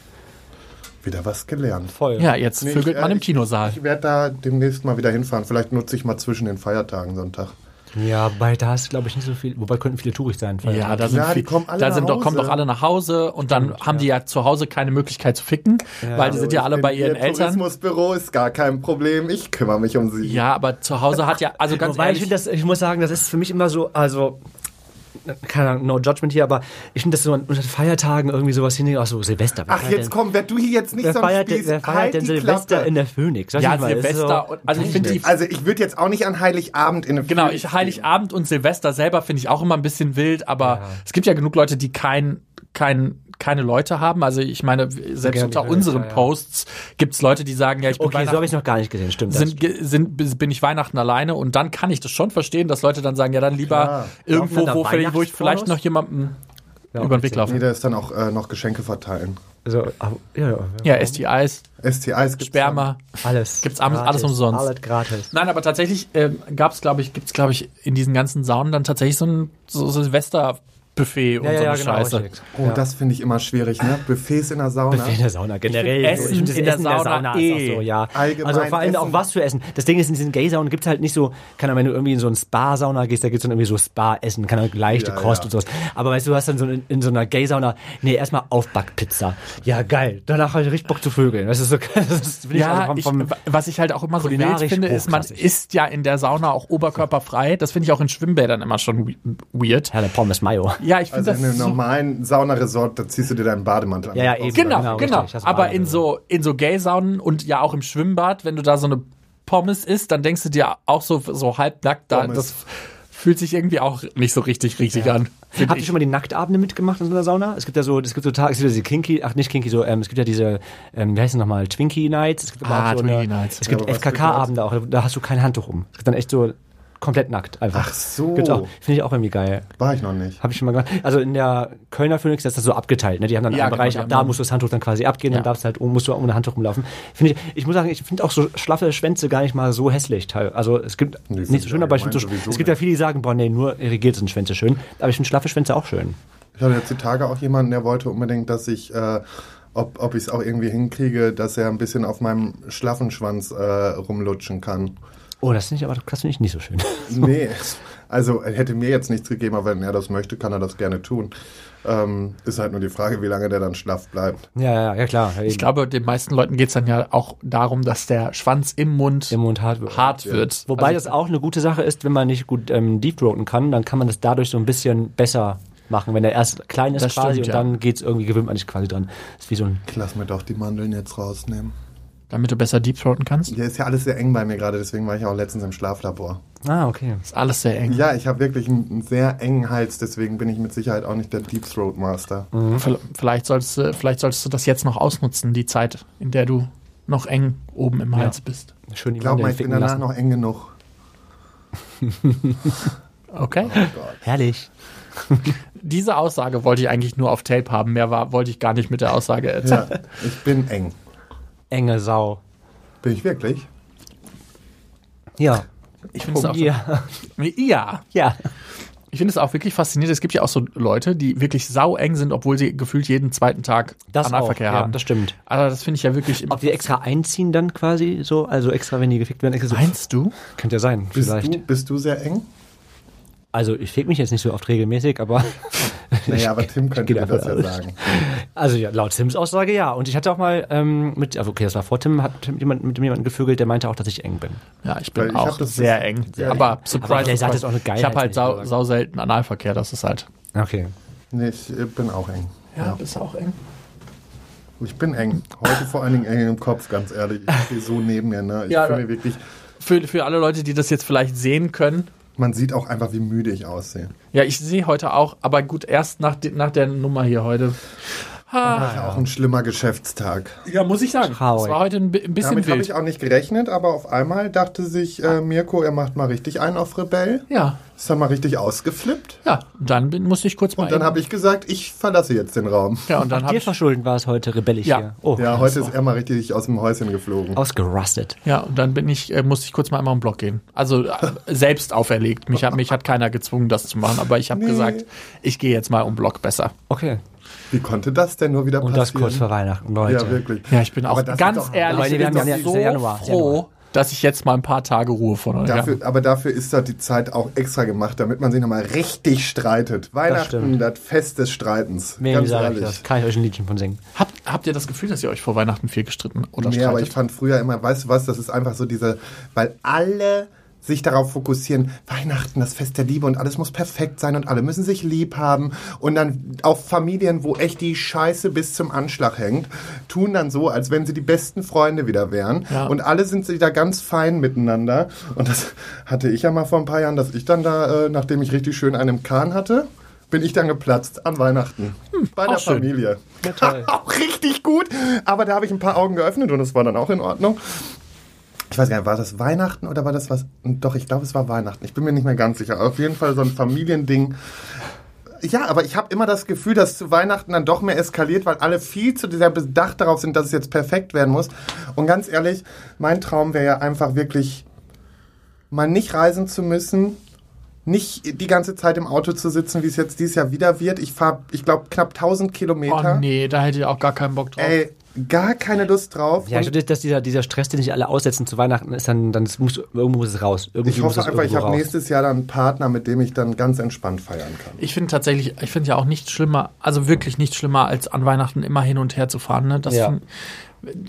[SPEAKER 1] Wieder was gelernt.
[SPEAKER 2] voll.
[SPEAKER 3] Ja, jetzt
[SPEAKER 1] Nee, ich,
[SPEAKER 3] vögelt
[SPEAKER 1] äh,
[SPEAKER 3] man im
[SPEAKER 1] ich-
[SPEAKER 3] Kinosaal.
[SPEAKER 1] Ich werde da demnächst mal wieder hinfahren. Vielleicht nutze ich mal zwischen den Feiertagen Sonntag.
[SPEAKER 2] ja wobei da hast du, glaube ich, nicht so viel. Wobei könnten viele tourig sein. weil-
[SPEAKER 3] ja, da
[SPEAKER 1] klar,
[SPEAKER 3] sind,
[SPEAKER 1] die
[SPEAKER 3] viel-
[SPEAKER 1] kommen alle
[SPEAKER 3] da
[SPEAKER 1] nach
[SPEAKER 3] sind doch, kommen
[SPEAKER 1] Hause.
[SPEAKER 3] doch alle nach Hause und dann haben die ja zu Hause keine Möglichkeit zu ficken, weil die Also sind
[SPEAKER 1] Also
[SPEAKER 3] ja alle bei ihren Eltern.
[SPEAKER 1] Tourismusbüro ist gar kein Problem. Ich kümmere mich um sie.
[SPEAKER 3] Ja, aber zu Hause hat ja, also ganz
[SPEAKER 2] Wobei ich,
[SPEAKER 3] ehrlich,
[SPEAKER 2] find das, ich muss sagen, das ist für mich immer so, also, keine Ahnung, no judgment hier, aber ich finde das so an unter den Feiertagen irgendwie sowas hin, auch so Silvester. wer
[SPEAKER 1] Ach,
[SPEAKER 2] feiert
[SPEAKER 1] jetzt
[SPEAKER 2] denn-
[SPEAKER 1] komm, wer du hier jetzt nicht
[SPEAKER 2] Wer
[SPEAKER 1] so
[SPEAKER 2] feiert,
[SPEAKER 1] Spieß,
[SPEAKER 2] denn- wer feiert
[SPEAKER 1] halt
[SPEAKER 2] denn
[SPEAKER 1] die
[SPEAKER 2] Silvester
[SPEAKER 1] Klappe.
[SPEAKER 2] in der Phoenix? Sag
[SPEAKER 3] ja,
[SPEAKER 2] ich mal, ist
[SPEAKER 3] Silvester,
[SPEAKER 2] so-
[SPEAKER 3] und, also ich finde die
[SPEAKER 1] Also ich würde jetzt auch nicht an Heiligabend in eine
[SPEAKER 3] Genau,
[SPEAKER 1] Phoenix
[SPEAKER 3] ich, Heiligabend und Silvester selber finde ich auch immer ein bisschen wild, aber es gibt ja genug Leute, die kein, kein, keine Leute haben. Also ich meine, selbst
[SPEAKER 2] Gerne,
[SPEAKER 3] unter
[SPEAKER 2] ja,
[SPEAKER 3] unseren
[SPEAKER 2] ja, ja.
[SPEAKER 3] Posts gibt's Leute, die sagen, ja, ich bin
[SPEAKER 2] Okay, so habe
[SPEAKER 3] Weihnachten,
[SPEAKER 2] ich noch gar nicht gesehen, stimmt.
[SPEAKER 3] sind, ge- sind, bis- bin ich Weihnachten alleine und dann kann ich das schon verstehen, dass Leute dann sagen, ja, dann lieber irgendwo,
[SPEAKER 2] Laufen dann
[SPEAKER 3] wo,
[SPEAKER 2] da
[SPEAKER 3] vielleicht- wo ich vielleicht
[SPEAKER 2] Weihnachtspornos?
[SPEAKER 3] noch jemanden
[SPEAKER 2] Ja,
[SPEAKER 3] über den Weg
[SPEAKER 1] Nee,
[SPEAKER 3] laufe.
[SPEAKER 1] da ist dann auch äh, noch Geschenke verteilen.
[SPEAKER 2] also, aber- ja, ja, ja.
[SPEAKER 3] Ja, STIs,
[SPEAKER 1] STIs gibt's
[SPEAKER 3] Sperma.
[SPEAKER 2] alles.
[SPEAKER 3] Gibt's alles- alles umsonst.
[SPEAKER 2] Alles gratis.
[SPEAKER 3] Nein, aber tatsächlich ähm, gab's, glaube ich, gibt's, glaube ich, in diesen ganzen Saunen dann tatsächlich so ein so Silvester-Buffet und so eine Scheiße.
[SPEAKER 2] genau, richtig.
[SPEAKER 1] dann. Oh, das finde ich immer schwierig, ne? Buffets in der Sauna.
[SPEAKER 2] In der Sauna generell.
[SPEAKER 3] ne? Ich find
[SPEAKER 2] so. Ich find
[SPEAKER 3] Essen
[SPEAKER 2] das
[SPEAKER 3] in der Sauna
[SPEAKER 2] ist
[SPEAKER 3] eh.
[SPEAKER 2] auch so, ja.
[SPEAKER 1] Allgemein
[SPEAKER 2] also vor allem
[SPEAKER 1] Essen.
[SPEAKER 2] auch was für Essen. Das Ding ist, in diesen Gay-Saunen gibt es halt nicht so, keine Ahnung, wenn du irgendwie in so einen Spa-Sauna gehst, da gibt es dann irgendwie so Spa-Essen, keine Ahnung, leichte
[SPEAKER 1] Ja,
[SPEAKER 2] Kost
[SPEAKER 1] ja.
[SPEAKER 2] und sowas. Aber weißt du, du hast dann so in, in so einer Gay-Sauna, nee, erstmal Aufbackpizza. Ja, geil. Danach habe ich richtig Bock zu vögeln. Das ist so, das ist, bin ich also
[SPEAKER 3] Ja,
[SPEAKER 2] vom,
[SPEAKER 3] ich,
[SPEAKER 2] vom,
[SPEAKER 3] wa- was ich halt auch immer so wild
[SPEAKER 2] kulinarisch
[SPEAKER 3] finde, ist, man
[SPEAKER 2] hochklassig.
[SPEAKER 3] isst ja in der Sauna auch oberkörperfrei. Das finde ich auch in Schwimmbädern immer schon we- weird.
[SPEAKER 2] ja, der Pommes Mayo.
[SPEAKER 3] Ja, ich finde
[SPEAKER 1] Also in
[SPEAKER 3] das
[SPEAKER 1] einem
[SPEAKER 3] so,
[SPEAKER 1] normalen Saunaresort, da ziehst du dir deinen Bademantel an.
[SPEAKER 2] Ja, ja, eben.
[SPEAKER 3] Genau,
[SPEAKER 2] richtig.
[SPEAKER 3] genau.
[SPEAKER 2] Hast du
[SPEAKER 3] Aber
[SPEAKER 2] Ahnung,
[SPEAKER 3] in
[SPEAKER 2] ja.
[SPEAKER 3] so, in so Gay-Saunen und ja auch im Schwimmbad, wenn du da so eine Pommes isst, dann denkst du dir auch so, so halbnackt da,
[SPEAKER 1] Pommes.
[SPEAKER 3] das fühlt sich irgendwie auch nicht so richtig, richtig an. find
[SPEAKER 2] Habt ihr
[SPEAKER 3] ich.
[SPEAKER 2] schon mal die Nacktabende mitgemacht in so einer Sauna? Es gibt ja so, es gibt so Tage, es gibt ja diese Kinky, ach nicht Kinky, so, ähm, es gibt ja diese, ähm, wie heißt es nochmal, Twinkie Nights. Es gibt aber
[SPEAKER 3] Ah,
[SPEAKER 2] auch so eine-
[SPEAKER 3] Twinkie Nights.
[SPEAKER 2] Es gibt
[SPEAKER 1] aber was
[SPEAKER 2] FKK-Abende auch, da hast du kein Handtuch um. Es gibt dann echt so komplett nackt einfach.
[SPEAKER 1] Ach so.
[SPEAKER 2] Gibt's auch. Finde ich auch irgendwie geil.
[SPEAKER 1] War ich noch nicht.
[SPEAKER 2] Habe ich schon mal gemacht. Also in der Kölner Phoenix das ist das so abgeteilt. Ne? Die haben dann
[SPEAKER 3] Ja,
[SPEAKER 2] einen
[SPEAKER 3] genau,
[SPEAKER 2] Bereich,
[SPEAKER 3] die
[SPEAKER 2] ab
[SPEAKER 3] haben
[SPEAKER 2] da
[SPEAKER 3] dann-
[SPEAKER 2] musst du das Handtuch dann quasi abgehen,
[SPEAKER 3] Ja.
[SPEAKER 2] dann darfst du halt, musst du ohne Handtuch rumlaufen. Finde ich, ich muss sagen, ich finde auch so schlaffe Schwänze gar nicht mal so hässlich. teil- Also es gibt,
[SPEAKER 1] Nee, find
[SPEAKER 2] nicht so
[SPEAKER 1] ich
[SPEAKER 2] schön, aber ich finde so,
[SPEAKER 1] allgemein sowieso
[SPEAKER 2] es gibt ja
[SPEAKER 1] nicht.
[SPEAKER 2] viele, die sagen, boah, nee, nur irrigierte sind Schwänze schön. Aber ich finde schlaffe Schwänze auch schön.
[SPEAKER 1] Ich hatte jetzt die Tage auch jemanden, der wollte unbedingt, dass ich, äh, ob, ob ich es auch irgendwie hinkriege, dass er ein bisschen auf meinem schlaffen Schwanz äh, rumlutschen kann.
[SPEAKER 2] Oh, das finde ich aber das finde ich nicht so schön.
[SPEAKER 1] Nee. Also er hätte mir jetzt nichts gegeben, aber wenn er das möchte, kann er das gerne tun. Ähm, ist halt nur die Frage, wie lange der dann schlaff bleibt.
[SPEAKER 2] Ja, ja, ja, klar.
[SPEAKER 3] ich glaube, den meisten Leuten geht's dann ja auch darum, dass der Schwanz im Mund
[SPEAKER 2] Im Mund hart wird.
[SPEAKER 3] hart wird.
[SPEAKER 2] Wobei
[SPEAKER 3] Also-
[SPEAKER 2] das auch eine gute Sache ist, wenn man nicht gut ähm, deepthroaten kann, dann kann man das dadurch so ein bisschen besser machen, wenn der erst klein ist
[SPEAKER 3] Das
[SPEAKER 2] quasi
[SPEAKER 3] stimmt,
[SPEAKER 2] und
[SPEAKER 3] ja.
[SPEAKER 2] dann geht's irgendwie, gewöhnt man sich quasi dran. Ist wie so ein
[SPEAKER 1] Ich lass mir doch die Mandeln jetzt rausnehmen.
[SPEAKER 3] damit du besser deepthroaten kannst.
[SPEAKER 1] Ja, ist ja alles sehr eng bei mir gerade, deswegen war ich auch letztens im Schlaflabor.
[SPEAKER 2] Ah, okay.
[SPEAKER 3] Ist alles sehr eng.
[SPEAKER 1] Ja, ich habe wirklich einen, einen sehr engen Hals, deswegen bin ich mit Sicherheit auch nicht der Deep Throat Master.
[SPEAKER 3] Vel- Hm, Vielleicht solltest, du, vielleicht solltest du das jetzt noch ausnutzen, die Zeit, in der du noch eng oben im Hals bist.
[SPEAKER 2] Schön die
[SPEAKER 1] Glaub
[SPEAKER 2] Mandeln
[SPEAKER 1] mal, ich bin
[SPEAKER 2] ficken
[SPEAKER 1] danach
[SPEAKER 2] lassen.
[SPEAKER 1] noch eng genug.
[SPEAKER 3] Okay?
[SPEAKER 2] Herrlich.
[SPEAKER 3] Diese Aussage wollte ich eigentlich nur auf Tape haben. Mehr war, wollte ich gar nicht mit der Aussage erzählen.
[SPEAKER 1] Ja, ich bin eng.
[SPEAKER 2] Enge Sau.
[SPEAKER 1] Bin ich wirklich?
[SPEAKER 2] Ja.
[SPEAKER 3] Ich finde es auch,
[SPEAKER 2] Ja.
[SPEAKER 3] ja.
[SPEAKER 2] Ja.
[SPEAKER 3] Ich finde es auch wirklich faszinierend. Es gibt ja auch so Leute, die wirklich saueng sind, obwohl sie gefühlt jeden zweiten Tag
[SPEAKER 2] Das
[SPEAKER 3] Analverkehr
[SPEAKER 2] auch, ja,
[SPEAKER 3] haben.
[SPEAKER 2] das stimmt.
[SPEAKER 3] Also das finde ich ja wirklich.
[SPEAKER 2] Ob die extra einziehen dann quasi so, also extra, wenn die gefickt werden, extra so.
[SPEAKER 3] Meinst du?
[SPEAKER 2] Könnte ja sein,
[SPEAKER 1] Bist
[SPEAKER 2] vielleicht.
[SPEAKER 1] du, bist du sehr eng?
[SPEAKER 2] Also ich fick mich jetzt nicht so oft regelmäßig, aber
[SPEAKER 1] Naja, aber Tim könnte
[SPEAKER 2] geh
[SPEAKER 1] dir das
[SPEAKER 2] davon
[SPEAKER 1] ja
[SPEAKER 2] aus.
[SPEAKER 1] sagen.
[SPEAKER 2] also ja, laut Tims Aussage ja. Und ich hatte auch mal ähm, mit, also okay, das war vor Tim, hat mit jemand, mit jemand gevögelt, der meinte auch, dass ich eng bin.
[SPEAKER 3] Ja, ich
[SPEAKER 1] Weil
[SPEAKER 3] bin
[SPEAKER 1] ich
[SPEAKER 3] auch
[SPEAKER 1] hab das-
[SPEAKER 3] sehr eng.
[SPEAKER 1] sehr
[SPEAKER 3] aber
[SPEAKER 2] eng.
[SPEAKER 3] surprise,
[SPEAKER 2] Aber vielleicht hat
[SPEAKER 3] surprise.
[SPEAKER 2] das auch eine
[SPEAKER 3] ich
[SPEAKER 2] Geilheit,
[SPEAKER 3] habe halt
[SPEAKER 2] hätte ich
[SPEAKER 3] sau,
[SPEAKER 2] gesagt.
[SPEAKER 3] sau selten Analverkehr. Das ist halt.
[SPEAKER 2] Okay.
[SPEAKER 1] Nee, ich äh, bin auch eng. Ja,
[SPEAKER 3] bist auch eng.
[SPEAKER 1] ich bin eng. Heute vor allen Dingen eng im Kopf, ganz ehrlich. Ich stehe so neben mir, ne? Ich
[SPEAKER 3] Ja,
[SPEAKER 1] fühle
[SPEAKER 3] da-
[SPEAKER 1] mich wirklich.
[SPEAKER 3] Für, für alle Leute, die das jetzt vielleicht sehen können.
[SPEAKER 1] Man sieht auch einfach, wie
[SPEAKER 3] Ah,
[SPEAKER 1] müde ich aussehe.
[SPEAKER 3] Ja, ich sehe heute auch, aber gut, erst nach, de- nach der Nummer hier heute.
[SPEAKER 1] Auch ein schlimmer Geschäftstag.
[SPEAKER 3] Ja, muss ich sagen.
[SPEAKER 2] Traurig.
[SPEAKER 3] Das war heute ein, bi- ein bisschen
[SPEAKER 1] Damit habe
[SPEAKER 3] wild.
[SPEAKER 1] ich
[SPEAKER 3] Ah.
[SPEAKER 1] auch nicht gerechnet, aber auf einmal dachte sich äh, Mirko, er macht mal richtig einen auf Rebell.
[SPEAKER 3] Ja,
[SPEAKER 1] Ist dann mal richtig ausgeflippt.
[SPEAKER 3] ja. Dann bin, musste ich kurz mal.
[SPEAKER 1] Und dann
[SPEAKER 3] eben-
[SPEAKER 1] habe ich gesagt, ich verlasse jetzt den Raum.
[SPEAKER 3] Ja, und dann
[SPEAKER 2] Dir
[SPEAKER 3] habe ich.
[SPEAKER 2] verschuldet war es heute rebellisch
[SPEAKER 3] Ja.
[SPEAKER 2] hier. Oh,
[SPEAKER 1] Ja, heute ist er mal richtig aus dem Häuschen geflogen.
[SPEAKER 2] ausgerustet.
[SPEAKER 3] Ja, und dann bin ich, äh, musste ich kurz mal einmal im Block gehen. Also äh, selbst auferlegt. Mich hat, mich hat keiner gezwungen, das zu machen, aber ich habe gesagt, ich gehe jetzt mal um Block besser.
[SPEAKER 2] Okay.
[SPEAKER 1] Wie konnte das denn nur wieder
[SPEAKER 2] Und
[SPEAKER 1] passieren?
[SPEAKER 2] das kurz vor Weihnachten, Leute.
[SPEAKER 1] Ja, wirklich.
[SPEAKER 3] Ja, ich bin
[SPEAKER 1] Aber
[SPEAKER 3] auch
[SPEAKER 1] das ist
[SPEAKER 3] ganz
[SPEAKER 1] doch-
[SPEAKER 3] ehrlich,
[SPEAKER 2] Leute,
[SPEAKER 3] ich
[SPEAKER 2] wir
[SPEAKER 3] bin
[SPEAKER 2] haben ja-
[SPEAKER 3] so
[SPEAKER 2] ist ja Januar,
[SPEAKER 3] froh,
[SPEAKER 2] Januar.
[SPEAKER 3] dass ich jetzt mal ein paar Tage Ruhe von euch
[SPEAKER 1] Dafür,
[SPEAKER 3] habe.
[SPEAKER 1] Aber dafür ist da die Zeit auch extra gemacht, damit man sich nochmal richtig streitet. Weihnachten,
[SPEAKER 2] stimmt.
[SPEAKER 1] das, Fest des Streitens.
[SPEAKER 2] Mehr
[SPEAKER 1] ganz
[SPEAKER 2] sage ich
[SPEAKER 1] ehrlich.
[SPEAKER 2] das. Kann ich euch ein Liedchen von singen.
[SPEAKER 3] Habt, habt ihr das Gefühl, dass ihr euch vor Weihnachten viel gestritten oder
[SPEAKER 1] Nee,
[SPEAKER 3] streitet?
[SPEAKER 1] aber ich fand früher immer, weißt du was, das ist einfach so diese, weil alle sich darauf fokussieren, Weihnachten, das Fest der Liebe und alles muss perfekt sein und alle müssen sich lieb haben und dann auch Familien, wo echt die Scheiße bis zum Anschlag hängt, tun dann so, als wenn sie die besten Freunde wieder wären
[SPEAKER 3] Ja.
[SPEAKER 1] und alle sind sich da ganz fein miteinander und das hatte ich ja mal vor ein paar Jahren, dass ich dann da, äh, nachdem ich richtig schön einen im Kahn hatte, bin ich dann geplatzt an Weihnachten bei der
[SPEAKER 3] auch schön.
[SPEAKER 1] Familie.
[SPEAKER 2] Ja, toll.
[SPEAKER 1] auch richtig gut. Aber da habe ich ein paar Augen geöffnet und das war dann auch in Ordnung. Ich weiß gar nicht, war das Weihnachten oder war das was? Doch, ich glaube, es war Weihnachten. Ich bin mir nicht mehr ganz sicher. Auf jeden Fall so ein Familiending. Ja, aber ich habe immer das Gefühl, dass zu Weihnachten dann doch mehr eskaliert, weil alle viel zu sehr bedacht darauf sind, dass es jetzt perfekt werden muss. Und ganz ehrlich, mein Traum wäre ja einfach wirklich, mal nicht reisen zu müssen, nicht die ganze Zeit im Auto zu sitzen, wie es jetzt dieses Jahr wieder wird. Ich fahre, ich glaube, knapp 1000
[SPEAKER 3] Oh
[SPEAKER 1] Kilometer.
[SPEAKER 3] nee, da hätte ich auch gar keinen Bock drauf.
[SPEAKER 1] Ey, gar keine Lust drauf.
[SPEAKER 2] Ja,
[SPEAKER 1] Und
[SPEAKER 2] ich finde, dass dieser, dieser Stress, den sich alle aussetzen zu Weihnachten, ist dann, dann es muss, irgendwo muss es raus. Irgendwie
[SPEAKER 1] ich
[SPEAKER 2] muss
[SPEAKER 1] hoffe
[SPEAKER 2] es
[SPEAKER 1] einfach, ich
[SPEAKER 2] irgendwo
[SPEAKER 1] habe
[SPEAKER 2] raus.
[SPEAKER 1] nächstes Jahr dann einen Partner, mit dem ich dann ganz entspannt feiern kann.
[SPEAKER 3] Ich finde tatsächlich, ich finde ja auch nichts schlimmer, also wirklich nichts schlimmer, als an Weihnachten immer hin und her zu fahren. Ne? Das
[SPEAKER 2] Ja.
[SPEAKER 3] find-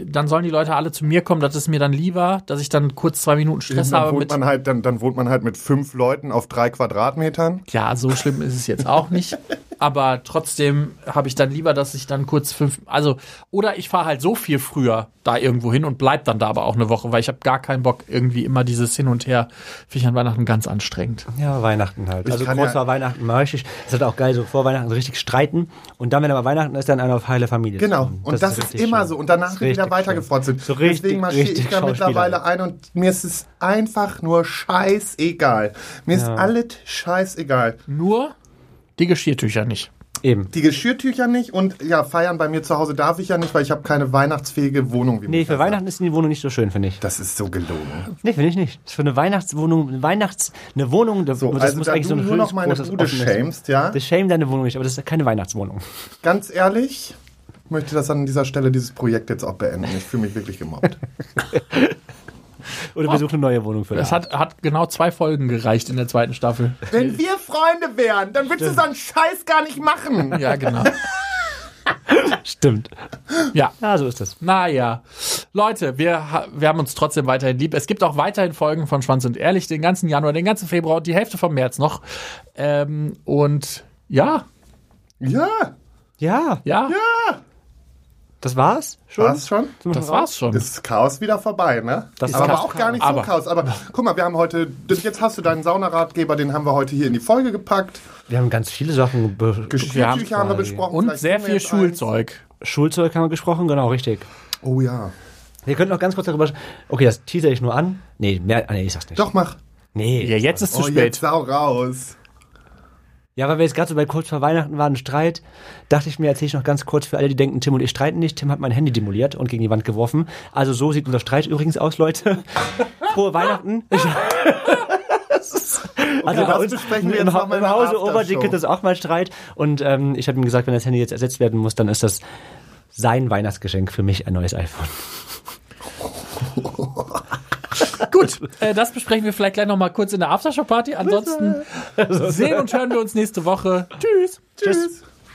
[SPEAKER 3] dann sollen die Leute alle zu mir kommen, das ist mir dann lieber, dass ich dann kurz zwei Minuten Stress
[SPEAKER 1] Dann
[SPEAKER 3] habe
[SPEAKER 1] wohnt,
[SPEAKER 3] mit.
[SPEAKER 1] man halt, dann, dann wohnt man halt mit fünf Leuten auf drei Quadratmetern.
[SPEAKER 3] Ja, so schlimm ist es jetzt auch nicht. Aber trotzdem habe ich dann lieber, dass ich dann kurz fünf, also, oder ich fahre halt so viel früher da irgendwo hin und bleib dann da aber auch eine Woche, weil ich habe gar keinen Bock, irgendwie immer dieses Hin und Her. Finde ich an Weihnachten ganz anstrengend.
[SPEAKER 2] Ja, Weihnachten halt. also
[SPEAKER 1] kann
[SPEAKER 2] kurz
[SPEAKER 1] ja-
[SPEAKER 2] vor Weihnachten mal richtig. Das ist halt auch geil, so vor Weihnachten so richtig streiten. Und dann, wenn aber Weihnachten ist, dann einer auf heile Familie.
[SPEAKER 1] Genau.
[SPEAKER 2] zu kommen.
[SPEAKER 1] Und das, ist,
[SPEAKER 2] Mhm. richtig
[SPEAKER 1] immer
[SPEAKER 2] schön.
[SPEAKER 1] so. Und
[SPEAKER 2] Das
[SPEAKER 1] danach
[SPEAKER 2] ist
[SPEAKER 1] wird wieder
[SPEAKER 2] richtig
[SPEAKER 1] weitergefrotzelt.
[SPEAKER 2] schön. So richtig,
[SPEAKER 1] Deswegen marschiere
[SPEAKER 2] richtig
[SPEAKER 1] ich da
[SPEAKER 2] Schauspieler.
[SPEAKER 1] mittlerweile ein und mir ist es einfach nur scheißegal. Mir ist alles scheißegal.
[SPEAKER 3] Nur die Geschirrtücher nicht.
[SPEAKER 2] Eben.
[SPEAKER 1] Die Geschirrtücher nicht und ja, feiern bei mir zu Hause darf ich ja nicht, weil ich habe keine weihnachtsfähige Wohnung wie
[SPEAKER 2] Nee,
[SPEAKER 1] Micha
[SPEAKER 2] für
[SPEAKER 1] sagt.
[SPEAKER 2] Weihnachten ist die Wohnung nicht so schön, finde ich.
[SPEAKER 1] Das ist so gelogen.
[SPEAKER 2] Nee, finde ich nicht. Das ist für eine Weihnachtswohnung, eine Weihnachts, eine Wohnung, da-
[SPEAKER 1] So,
[SPEAKER 2] das
[SPEAKER 1] also
[SPEAKER 2] muss
[SPEAKER 1] da
[SPEAKER 2] eigentlich
[SPEAKER 1] du
[SPEAKER 2] so ein
[SPEAKER 1] nur
[SPEAKER 2] schönes,
[SPEAKER 1] noch meine
[SPEAKER 2] großes,
[SPEAKER 1] Bude
[SPEAKER 2] offenes-
[SPEAKER 1] schämst, ja?
[SPEAKER 2] Das schämen deine Wohnung nicht, aber das ist keine Weihnachtswohnung.
[SPEAKER 1] Ganz ehrlich, ich möchte das an dieser Stelle, dieses Projekt jetzt auch beenden. Ich fühle mich wirklich gemobbt. Oh.
[SPEAKER 2] Oder wir suchen eine neue Wohnung für
[SPEAKER 3] Das
[SPEAKER 2] den
[SPEAKER 3] hat, hat genau zwei Folgen gereicht in der zweiten Staffel.
[SPEAKER 1] Wenn wir Freunde wären, dann würdest du so einen Scheiß gar nicht machen.
[SPEAKER 3] Ja, genau.
[SPEAKER 2] Abend. Stimmt.
[SPEAKER 3] Ja.
[SPEAKER 2] Ja, so ist das.
[SPEAKER 3] Naja, Leute, wir, ha- wir haben uns trotzdem weiterhin lieb. Es gibt auch weiterhin Folgen von Schwanz und Ehrlich, den ganzen Januar, den ganzen Februar und die Hälfte vom März noch. Ähm, und ja,
[SPEAKER 1] Ja,
[SPEAKER 2] Ja,
[SPEAKER 3] ja,
[SPEAKER 2] das war's schon.
[SPEAKER 1] war's schon?
[SPEAKER 2] Sind wir
[SPEAKER 3] das
[SPEAKER 2] schon raus?
[SPEAKER 3] war's schon.
[SPEAKER 1] Ist Chaos wieder vorbei, ne?
[SPEAKER 2] Das
[SPEAKER 1] aber
[SPEAKER 2] ist
[SPEAKER 1] war
[SPEAKER 2] Chaos.
[SPEAKER 1] auch gar nicht
[SPEAKER 3] Aber-
[SPEAKER 1] so Chaos. Aber guck mal, wir haben heute, das- jetzt hast du deinen Saunaratgeber, den haben wir heute hier in die Folge gepackt.
[SPEAKER 2] Wir haben ganz viele Sachen. Be
[SPEAKER 1] Geschirrtücher haben,
[SPEAKER 2] haben
[SPEAKER 1] wir
[SPEAKER 2] quasi-
[SPEAKER 1] besprochen.
[SPEAKER 3] und
[SPEAKER 1] Vielleicht
[SPEAKER 3] sehr
[SPEAKER 1] nehmen wir
[SPEAKER 3] viel
[SPEAKER 1] jetzt eins.
[SPEAKER 3] Schulzeug.
[SPEAKER 2] Schulzeug haben wir gesprochen, genau, richtig.
[SPEAKER 1] Oh ja.
[SPEAKER 2] Wir könnten noch ganz kurz darüber. sch- Okay, das teaser ich nur an. Nee, mehr, ah, nee ich sag's nicht.
[SPEAKER 1] Doch, mach.
[SPEAKER 2] Nee.
[SPEAKER 3] Ja, jetzt ist
[SPEAKER 1] Oh,
[SPEAKER 3] zu spät.
[SPEAKER 1] jetzt sau raus.
[SPEAKER 2] Ja, weil wir jetzt gerade so bei kurz vor Weihnachten waren, ein Streit, dachte ich mir, erzähle ich noch ganz kurz für alle, die denken, Tim und ich streiten nicht. Tim hat mein Handy demoliert und gegen die Wand geworfen. Also so sieht unser Streit übrigens aus, Leute. Frohe Weihnachten. Ich, also
[SPEAKER 1] das besprechen wir
[SPEAKER 2] im,
[SPEAKER 1] jetzt
[SPEAKER 2] Ha-
[SPEAKER 1] noch mal in
[SPEAKER 2] im
[SPEAKER 1] der
[SPEAKER 2] Hause
[SPEAKER 1] Aftershow.
[SPEAKER 2] Oberding gibt es auch mal Streit. Und ähm, ich habe ihm gesagt, wenn das Handy jetzt ersetzt werden muss, dann ist das sein Weihnachtsgeschenk für mich ein neues iPhone.
[SPEAKER 3] Gut, äh, das besprechen wir vielleicht gleich nochmal kurz in der Aftershow-Party. Ansonsten sehen und hören wir uns nächste Woche. Tschüss.
[SPEAKER 2] Tschüss.